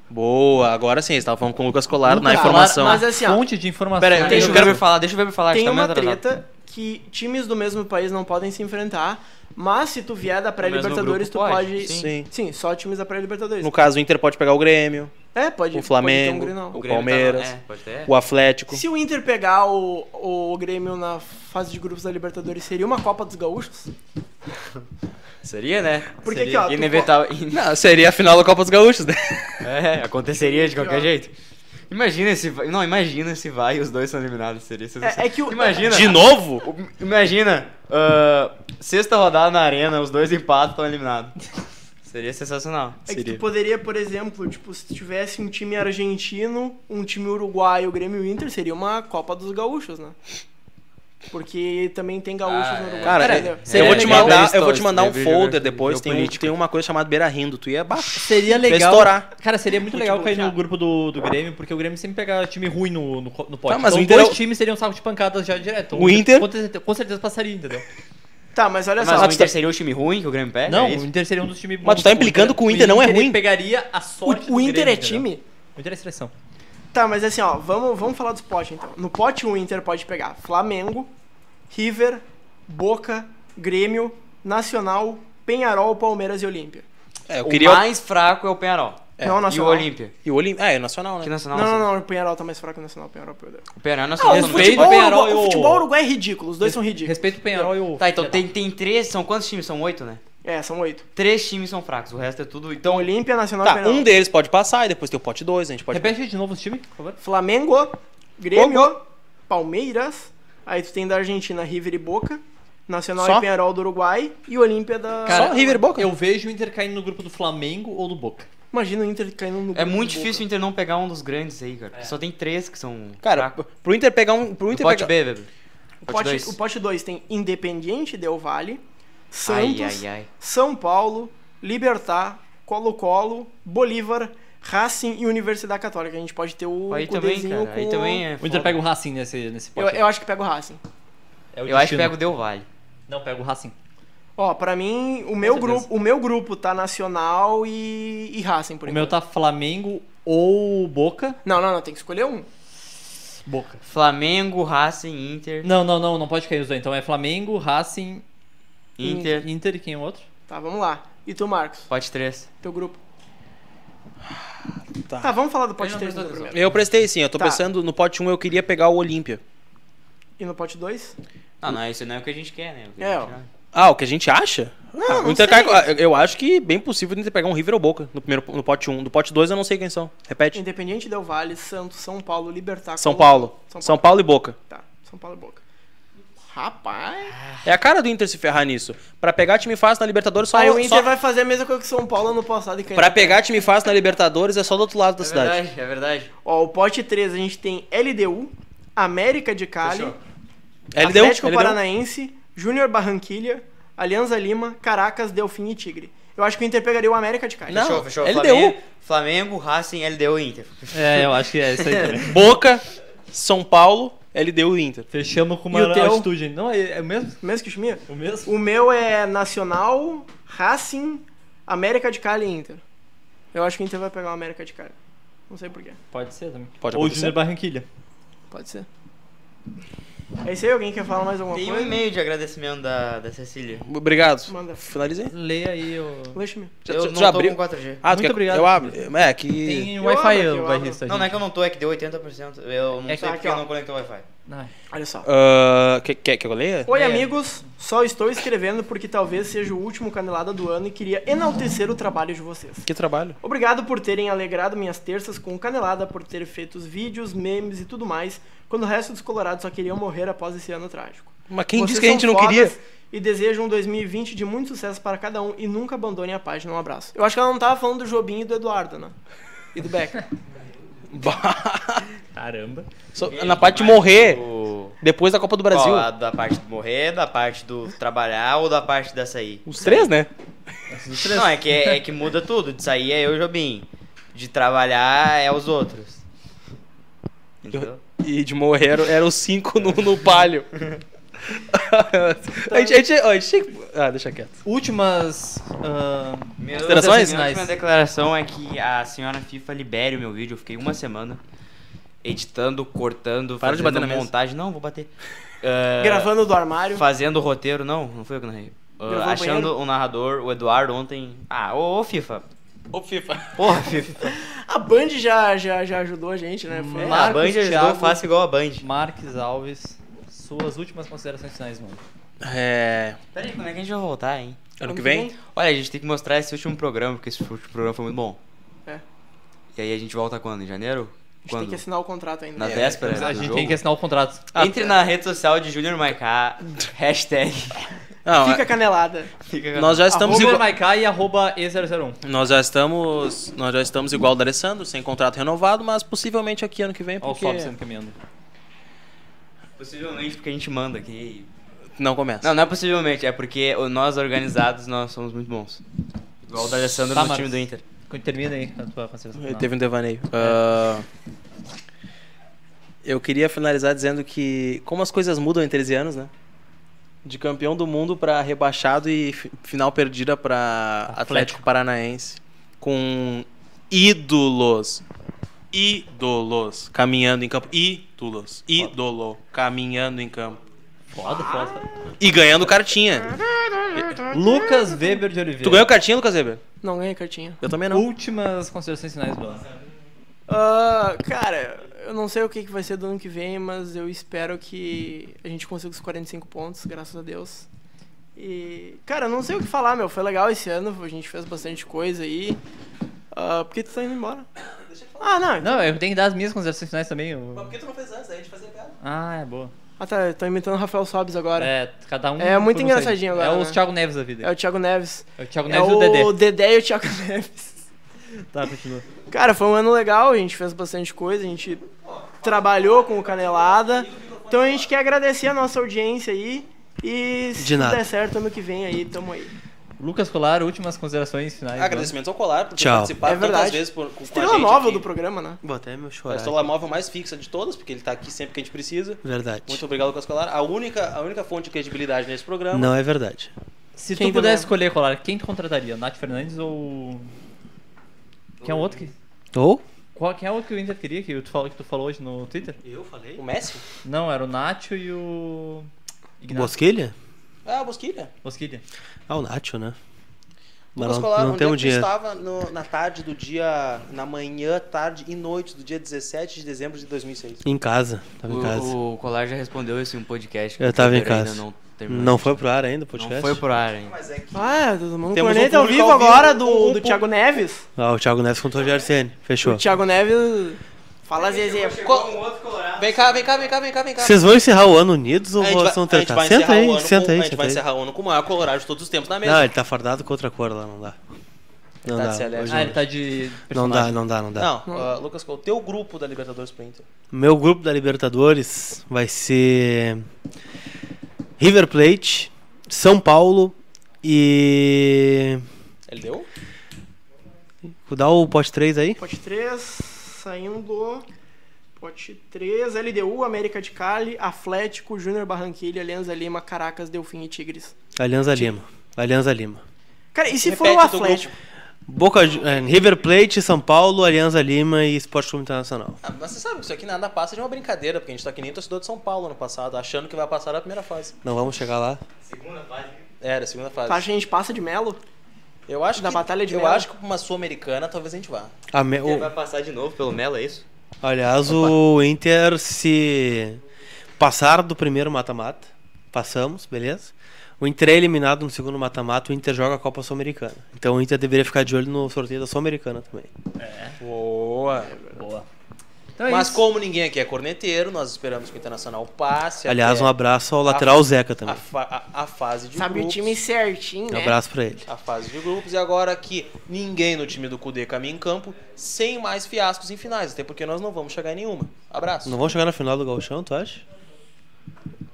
Boa, agora sim, você tava falando com o Lucas Colar na
Lucas
informação.
Colar, é-
Mas assim, ó,
Fonte de informação.
Pera aí,
Aí
deixa
eu
o
quero
Weber falar, deixa o Weber falar, a
tem
gente tá
uma
meio atrasado.
treta que times do mesmo país não podem se enfrentar, mas se tu vier da pré-Libertadores, tu
grupo pode,
pode...
sim.
Sim, só times da pré-Libertadores.
No caso, o Inter pode pegar o Grêmio,
É, pode.
o Flamengo,
pode ter um Grenal.
o,
Grêmio tá no-
Palmeiras,
é, pode ter.
o Atlético.
Se o Inter pegar o, o Grêmio na fase de grupos da Libertadores, seria uma Copa dos Gaúchos?
Seria, né?
Porque
Seria
aqui, ó, tu
inevitável.
Não, seria a final da Copa dos Gaúchos, né?
É, aconteceria de qualquer jeito. Imagina se vai. Não, imagina se vai e os dois são eliminados. Seria sensacional.
É- é que o-
Imagina.
De novo?
O- Imagina. ah, sexta rodada na arena, os dois empatam estão eliminados. Seria sensacional.
É que
Seria.
tu poderia, por exemplo, tipo, se tivesse um time argentino, um time uruguaio, o Grêmio e o Inter, seria uma Copa dos Gaúchos, né? Porque também tem gaúchos
Ah,
no
é.
Uruguai.
Cara,
entendeu?
eu
seria
vou te
legal.
mandar,
Stories,
eu vou te mandar um
Gabriel
folder
Jorge,
depois,
Gabriel
tem,
Político.
tem uma coisa chamada Beira Rindo, tu ia baixo.
Seria
Pra
legal.
estourar.
Cara, seria muito
Futebol
legal cair no
já.
grupo do, do Grêmio, porque o Grêmio sempre pega time ruim no, no, co- no pote.
Tá, mas
então,
o Inter é
dois
o-
times seriam saco de pancadas já direto.
O Inter-
Com certeza, com certeza passaria, entendeu?
Tá, mas olha
Mas
só.
o Inter seria o time ruim que o Grêmio pega?
não,
é
o
isso?
Inter seria um dos times
Mas tu tá
bons.
implicando que o Inter não é ruim?
pegaria a sorte
o, o
do
Inter
Grêmio,
é
entendeu?
time?
O Inter é seleção.
Tá, mas assim, ó, vamos, vamos falar dos potes então. No pote 1, o Inter pode pegar Flamengo, River, Boca, Grêmio, Nacional, Penharol, Palmeiras e Olímpia.
É, eu
O
queria.
mais fraco é o Penarol.
É,
Não,
E o
Nacional.
Olímpia.
E o Olim... Ah, é nacional, né?
Que nacional.
Não, não, não, o Penharol tá mais fraco que o Nacional, o Penharol perdeu.
O Penarol é
Ah,
nacional.
o
Respeito
também.
futebol,
ao Penharol
uruguai-
e
o
o-
futebol uruguai é ridículo, os dois são ridículos.
Respeito o Penharol e o...
Tá, então tem, tem três. São quantos times? São oito, né?
É, são oito.
Três times são fracos. O resto é tudo.
Então,
Então,
Olímpia, Nacional e
Tá,
Penharol.
um deles pode passar e depois tem o pote 2, a gente pode.
Repete de novo os times, por favor.
Flamengo, Grêmio, Palmeiras. Aí tu tem da Argentina, River e Boca. Nacional
Só?
e Penharol do Uruguai. E Olímpia da...
Só River e Boca?
Eu vejo o Inter caindo no grupo do Flamengo ou do Boca.
Imagina o Inter caindo no...
É
grupo
muito
do Boca.
difícil o Inter não pegar um dos grandes aí,
É.
cara. porque Só tem três que são.
Cara,
fracos.
pro Inter pegar um. Pro
o
Inter
pote
pegar...
B, velho.
O
Pote
pote-
dois.
O pote 2 tem Independiente Del Valle,
Ai,
Santos,
ai, ai.
São Paulo, Libertar, Colo-Colo, Bolívar, Racing e Universidade Católica. A gente pode ter o
Aí também,
Cudezinho
cara.
com...
Aí também é.
O Inter
foda.
um
pega o Racing nesse, nesse
Eu,
pote.
eu acho que pega o Racing.
É o
Eu acho que
destino.
pega o Del Valle.
Não, pega o Racing.
Ó, pra mim, o meu,
certeza.
grupo, o meu grupo tá Nacional e, e Racing, por
O meu
enquanto.
tá Flamengo ou Boca.
Não, não, não, tem que escolher um.
Boca.
Flamengo, Racing, Inter.
Não, não, não, não pode cair os dois. Então é Flamengo, Racing,
Inter.
Inter e quem é o outro?
Tá, vamos lá. E tu, Marcos,
Pote 3.
teu grupo.
Tá.
Tá, vamos falar do pote
não
3
prestou atenção.
primeiro.
um Eu prestei sim, eu tô
Tá.
pensando no pote 1 eu queria pegar o Olímpia.
E no pote 2?
Ah, não, isso não é o que a gente quer, né? O que a
É,
gente-
Ah, o que a gente acha? Ah,
não
então
o
tá
Inter cai
sei.
com- ah, eu- eu acho que bem possível o Inter pegar um River ou Boca no, primeiro, no pote 1. Do pote 2 eu não sei quem são. Repete.
Independiente Del Vale, Santos, São Paulo, Libertar.
São
Colo-
Paulo.
São
São Paulo e Boca.
Tá, São Paulo e Boca. Rapaz.
É a cara do Inter se ferrar nisso. Pra pegar time fácil na Libertadores, só...
Aí o Inter
só-
vai fazer a mesma coisa que o São Paulo ano passado e ganhar.
Pra pegar time fácil na Libertadores é só do outro lado da
É
cidade.
verdade, é verdade.
Ó, o pote 3 a gente tem LDU, América de Cali,
Fechou.
LDU,
Atlético
LDU.
Paranaense, Júnior Barranquilha, Alianza Lima, Caracas, Delfim e Tigre. Eu acho que o Inter pegaria o América de Cali.
Não,
Fechou, fechou.
LDU.
Flamengo, Flamengo, Racing, LDU e Inter.
É, eu acho que é isso aí também.
Boca, São Paulo, LDU e Inter.
Fechamos com uma
E o teu?
altitude. Não, é, é o mesmo?
Mesmo que o Chimia?
O mesmo?
O meu é Nacional, Racing, América de Cali e Inter. Eu acho que o Inter vai pegar o América de Cali. Não sei porquê.
Pode ser também.
Pode
Ou o
acontecer.
Júnior Barranquilha.
Pode ser. É isso aí, alguém quer falar mais alguma
Tem um
coisa?
e-mail de agradecimento da, da Cecília.
Obrigado.
Manda.
Finalizei.
Leia aí o.
Deixa-me.
Já-
eu
já-
não
já
tô
abriu?
com 4G.
Ah, tu
Muito
quer-
obrigado.
Eu abro. É que...
Tem
Eu
Wi-Fi
abro,
o
eu
barrista.
Não, não é que eu não tô, é que deu 80%. Eu não
É que
sei
tá
porque
aqui,
eu
ó.
não conectei o Wi-Fi.
Olha só.
Ah, quer, quer que eu leia?
Oi,
É.
amigos. Só estou escrevendo porque talvez seja o último canelada do ano e queria enaltecer o trabalho de vocês.
Que trabalho.
Obrigado por terem alegrado minhas terças com o Canelada, por ter feito os vídeos, memes e tudo mais, quando o resto dos colorados só queriam morrer após esse ano trágico.
Mas quem
Vocês
disse que a gente
são
não queria?
fodas E desejo um 2020 de muito sucesso para cada um e nunca abandonem a página. Um abraço. Eu acho que ela não tava falando do Jobim e do Eduardo, né? E do Becker.
Bah.
Caramba.
Só- na parte de morrer,
O...
depois da Copa do
Brasil.
Brasil.
da parte do morrer, da parte do trabalhar ou da parte da sair?
Os três, né?
Não, é que, é que muda tudo. De sair é eu e o Jobim. De trabalhar é os outros. Entendeu?
E de morrer eram os cinco no, no palio. a, gente, a, gente, ó, a gente tinha que- Ah, deixa quieto.
Últimas. ah,
Meu-
Considerações?
Minha última declaração é que a senhora FIFA libere o meu vídeo. Eu fiquei uma semana editando, cortando,
Para de
fazendo
bater na mesa.
montagem. Não, vou bater.
É.
Ah,
Gravando do armário.
Fazendo o roteiro, não, não foi eu que narrei. Ah,
Gravou o
achando
banheiro?
o narrador, o Eduardo ontem. Ah, ô, ô, FIFA.
Ô, FIFA.
Porra, FIFA.
A Band já, já, já ajudou a gente, né? Foi
É,
Ah, a
Marcos,
Band ajudou,
Thiago.
faça igual a Band.
Marques Alves, suas últimas considerações finais, mano.
É.
Pera aí, como é que a gente vai voltar, hein?
Ano que vem?
Olha, a gente tem que mostrar esse último programa, porque esse último programa foi muito bom.
É.
E aí a gente volta quando? Em janeiro?
A gente tem
Quando?
que assinar o contrato ainda.
Na
É.
véspera
a
do
gente
jogo? Ah,
tem que assinar o contrato.
Entre na rede social de Junior Maiká, hashtag.
Não, é,
Fica canelada.
Fica-
nós já estamos
arroba
igual.
Maiká e um. arroba E001.
Nós já estamos. Nós já estamos igual do Alessandro, sem contrato renovado, mas possivelmente aqui ano que vem,
Olha o
porque.
Sob sendo caminhando.
Possivelmente porque a gente manda aqui.
Não começa.
Não, não é possivelmente, é porque o- nós organizados, nós somos muito bons. Igual o da Alessandro
Tá,
no
Marcos.
time do Inter.
Termina aí a tua consideração.
Eu
final.
Teve um devaneio.
É.
Ah, eu queria finalizar dizendo que como as coisas mudam em 13 anos, né? De campeão do mundo para rebaixado e fi- final perdida para Atlético.
Atlético
Paranaense com ídolos. Ídolos caminhando em campo. Ídolos. Ídolo caminhando em campo.
Foda, foda. foda.
E ganhando cartinha.
Lucas Weber de Oliveira.
Tu ganhou cartinha, Lucas Weber?
Não ganha cartinha.
Eu também não.
Últimas considerações finais, mano.
Ah, cara, eu não sei o que, que vai ser do ano que vem, mas eu espero que a gente consiga os 45 pontos, graças a Deus. E, cara, eu não sei o que falar, meu. Foi legal esse ano, a gente fez bastante coisa aí. Ah, por que tu tá indo embora? Ah, não. então-
Não, eu tenho que dar as minhas considerações finais também. eu-
que tu não fez antes? Aí a gente fazia piada.
Ah, é boa.
Ah, tá. Eu tô imitando o Rafael Sobes agora. É.
É, cada um.
É muito
por um site.
engraçadinho agora,
É
né?
os Thiago Neves da vida.
o Thiago Neves.
É o Thiago
É
Neves e o Dedé.
o Dedé e o Thiago Neves.
Tá, continua.
Cara, foi um ano legal, a gente fez bastante coisa, a gente trabalhou com o Canelada. Então a gente quer agradecer a nossa audiência aí. E se
De nada.
der certo ano que vem aí, tamo aí.
Lucas Colar, últimas considerações finais. mano.
Agradecimentos ao Colar por ter
Tchau.
participado
É
tantas
verdade.
vezes por, com, com a
Estrela
gente
nova
aqui.
do programa, né?
Vou até meu
É A
chorar.
estrela móvel mais fixa de todas, porque ele tá aqui sempre que a gente precisa.
Verdade.
Muito obrigado, Lucas Colar. A única, a única fonte de credibilidade nesse programa.
Não é verdade.
Se
Quem
tu pudesse
também?
escolher, Colar, quem tu contrataria? Nath Fernandes ou. Quem é o outro que.
Ou?
Qual, quem é o outro que o Inter queria que tu, falou, que tu falou hoje no Twitter?
Eu falei?
é O Messi?
Não, era o Nacho e o. Ignacio
Bosquilha?
Ah, a Bosquilha.
Bosquilha.
Ah, o Nacho, né? Mas
Lucas
não,
Colar, onde é
não
que
temos
tu
dinheiro.
estava no- na tarde do dia, na manhã, tarde e noite do dia 17 de dezembro de 2006?
Em casa. Tava Tá em casa.
O, o Colar já respondeu esse um podcast. que
Eu tava em
Pedro ainda
casa.
Não, terminou.
Não foi pro ar ainda o podcast?
Não foi pro ar, hein?
Mas é que
Ah, todo mundo
Temos um
corneta ao
público
vivo
ao vivo
agora
com
do,
o
do
público.
Thiago Neves.
Ah, o Thiago Neves contou o Rogério Ceni. Fechou.
O Thiago Neves. Fala, Zezé.
Vem cá, vem cá, vem cá, vem cá, vem cá.
Vocês vão encerrar o ano unidos ou
A gente vai- a
vão
gente vai
tretar? Senta
encerrar o
aí,
ano
senta
com-
aí,
A gente
senta
vai
aí.
encerrar o ano com o maior colorado de todos os tempos na mesa.
Não, ele tá fardado com outra cor lá, não dá. Não
tá
dá.
de Celeste.
hoje
Ah, ele tá de.
não, não
personagem.
dá, não dá, não dá.
Não, é ah, Lucas, o teu grupo da Libertadores pro Inter.
Meu grupo da Libertadores vai ser River Plate, São Paulo e.
Ele deu?
Dá o pote 3 aí?
Pote 3, saindo. Pote 3, LDU, América de Cali, Atlético, Júnior Barranquilha, Alianza Lima, Caracas, Delfim e Tigres.
Alianza Lima. Alianza Lima.
Cara, e se
Repete
for o
o teu
Atlético?
Boca, Ju- eh, River Plate, São Paulo, Alianza Lima e Esporte Clube Internacional.
Ah, mas você sabe que isso aqui nada passa de uma brincadeira, porque a gente tá que nem torcedor de São Paulo ano passado, achando que vai passar na primeira fase.
Não vamos chegar lá.
Era, a segunda fase.
Tá, a gente passa de Melo?
Eu acho
Da
que,
Batalha de
Eu
Melo.
acho que pra uma Sul-Americana talvez a gente vá.
A me-
Ele
o-
vai passar de novo pelo Melo, é isso?
Aliás, o Inter se passar do primeiro mata-mata, passamos, beleza? O Inter é eliminado no segundo mata-mata, o Inter joga a Copa Sul-Americana. Então o Inter deveria ficar de olho no sorteio da Sul-Americana também.
Boa.
Boa. Então é
Mas
isso.
como ninguém aqui é corneteiro, nós esperamos que o Internacional passe.
Aliás,
até é.
um abraço ao lateral Zeca
a,
também.
fa- a- a fase de
Sabe o
grupos.
time certinho,
Um
né?
abraço pra ele.
A fase de grupos e agora que ninguém no time do Cudê caminha em campo sem mais fiascos em finais, até porque nós não vamos chegar em nenhuma. Abraço.
Não vão chegar na final do Gauchão, tu acha?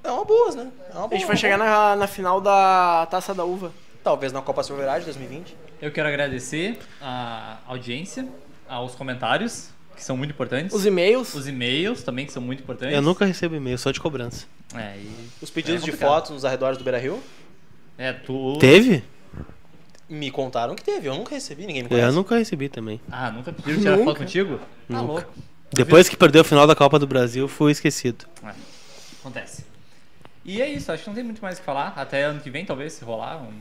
É uma boa, né? É uma
A gente
boa.
vai chegar na, na final da Taça da Uva.
Talvez na Copa Silverage 2020.
Eu quero agradecer a audiência, aos comentários, que são muito importantes.
Os e-mails.
Os e-mails também, que são muito importantes.
Eu nunca recebo e-mail, só de cobrança.
É, e-
Os pedidos
É
de
complicado.
fotos nos arredores do Beira Rio
é, tu.
Teve?
me contaram que teve. Eu nunca recebi, ninguém me conhece.
Eu nunca recebi também.
Ah, nunca pediram tirar foto contigo? Tá louco.
Depois que perdeu a final da Copa do Brasil, fui esquecido.
É, Acontece. E é isso, acho que não tem muito mais o que falar. Até ano que vem, talvez, se rolar um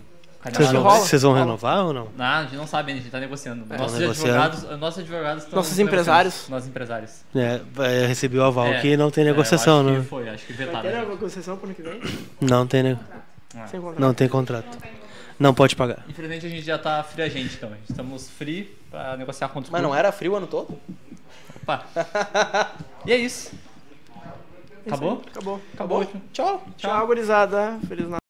Vocês vão,
rola,
vocês vão
rola.
renovar ou não?
Não, a gente não sabe ainda, a gente tá negociando. Nossos,
negociando.
advogados, nossos advogados estão.
Nossos
negociando.
empresários.
Nossos empresários.
É, é, recebi o aval
É,
que não tem
é, eu
negociação,
acho
né?
Que foi, acho que
Vai
vetado.
ter a
né?
negociação pro ano que vem?
Não tem negociação.
Sem contrato.
Não tem contrato. Não pode pagar.
Infelizmente a gente já tá free a gente, então. Estamos free pra negociar contra os
Mas não era frio o ano todo?
Opa. E é isso. Acabou?
Acabou.
Acabou.
Tchau.
Tchau, gurizada. Feliz Natal.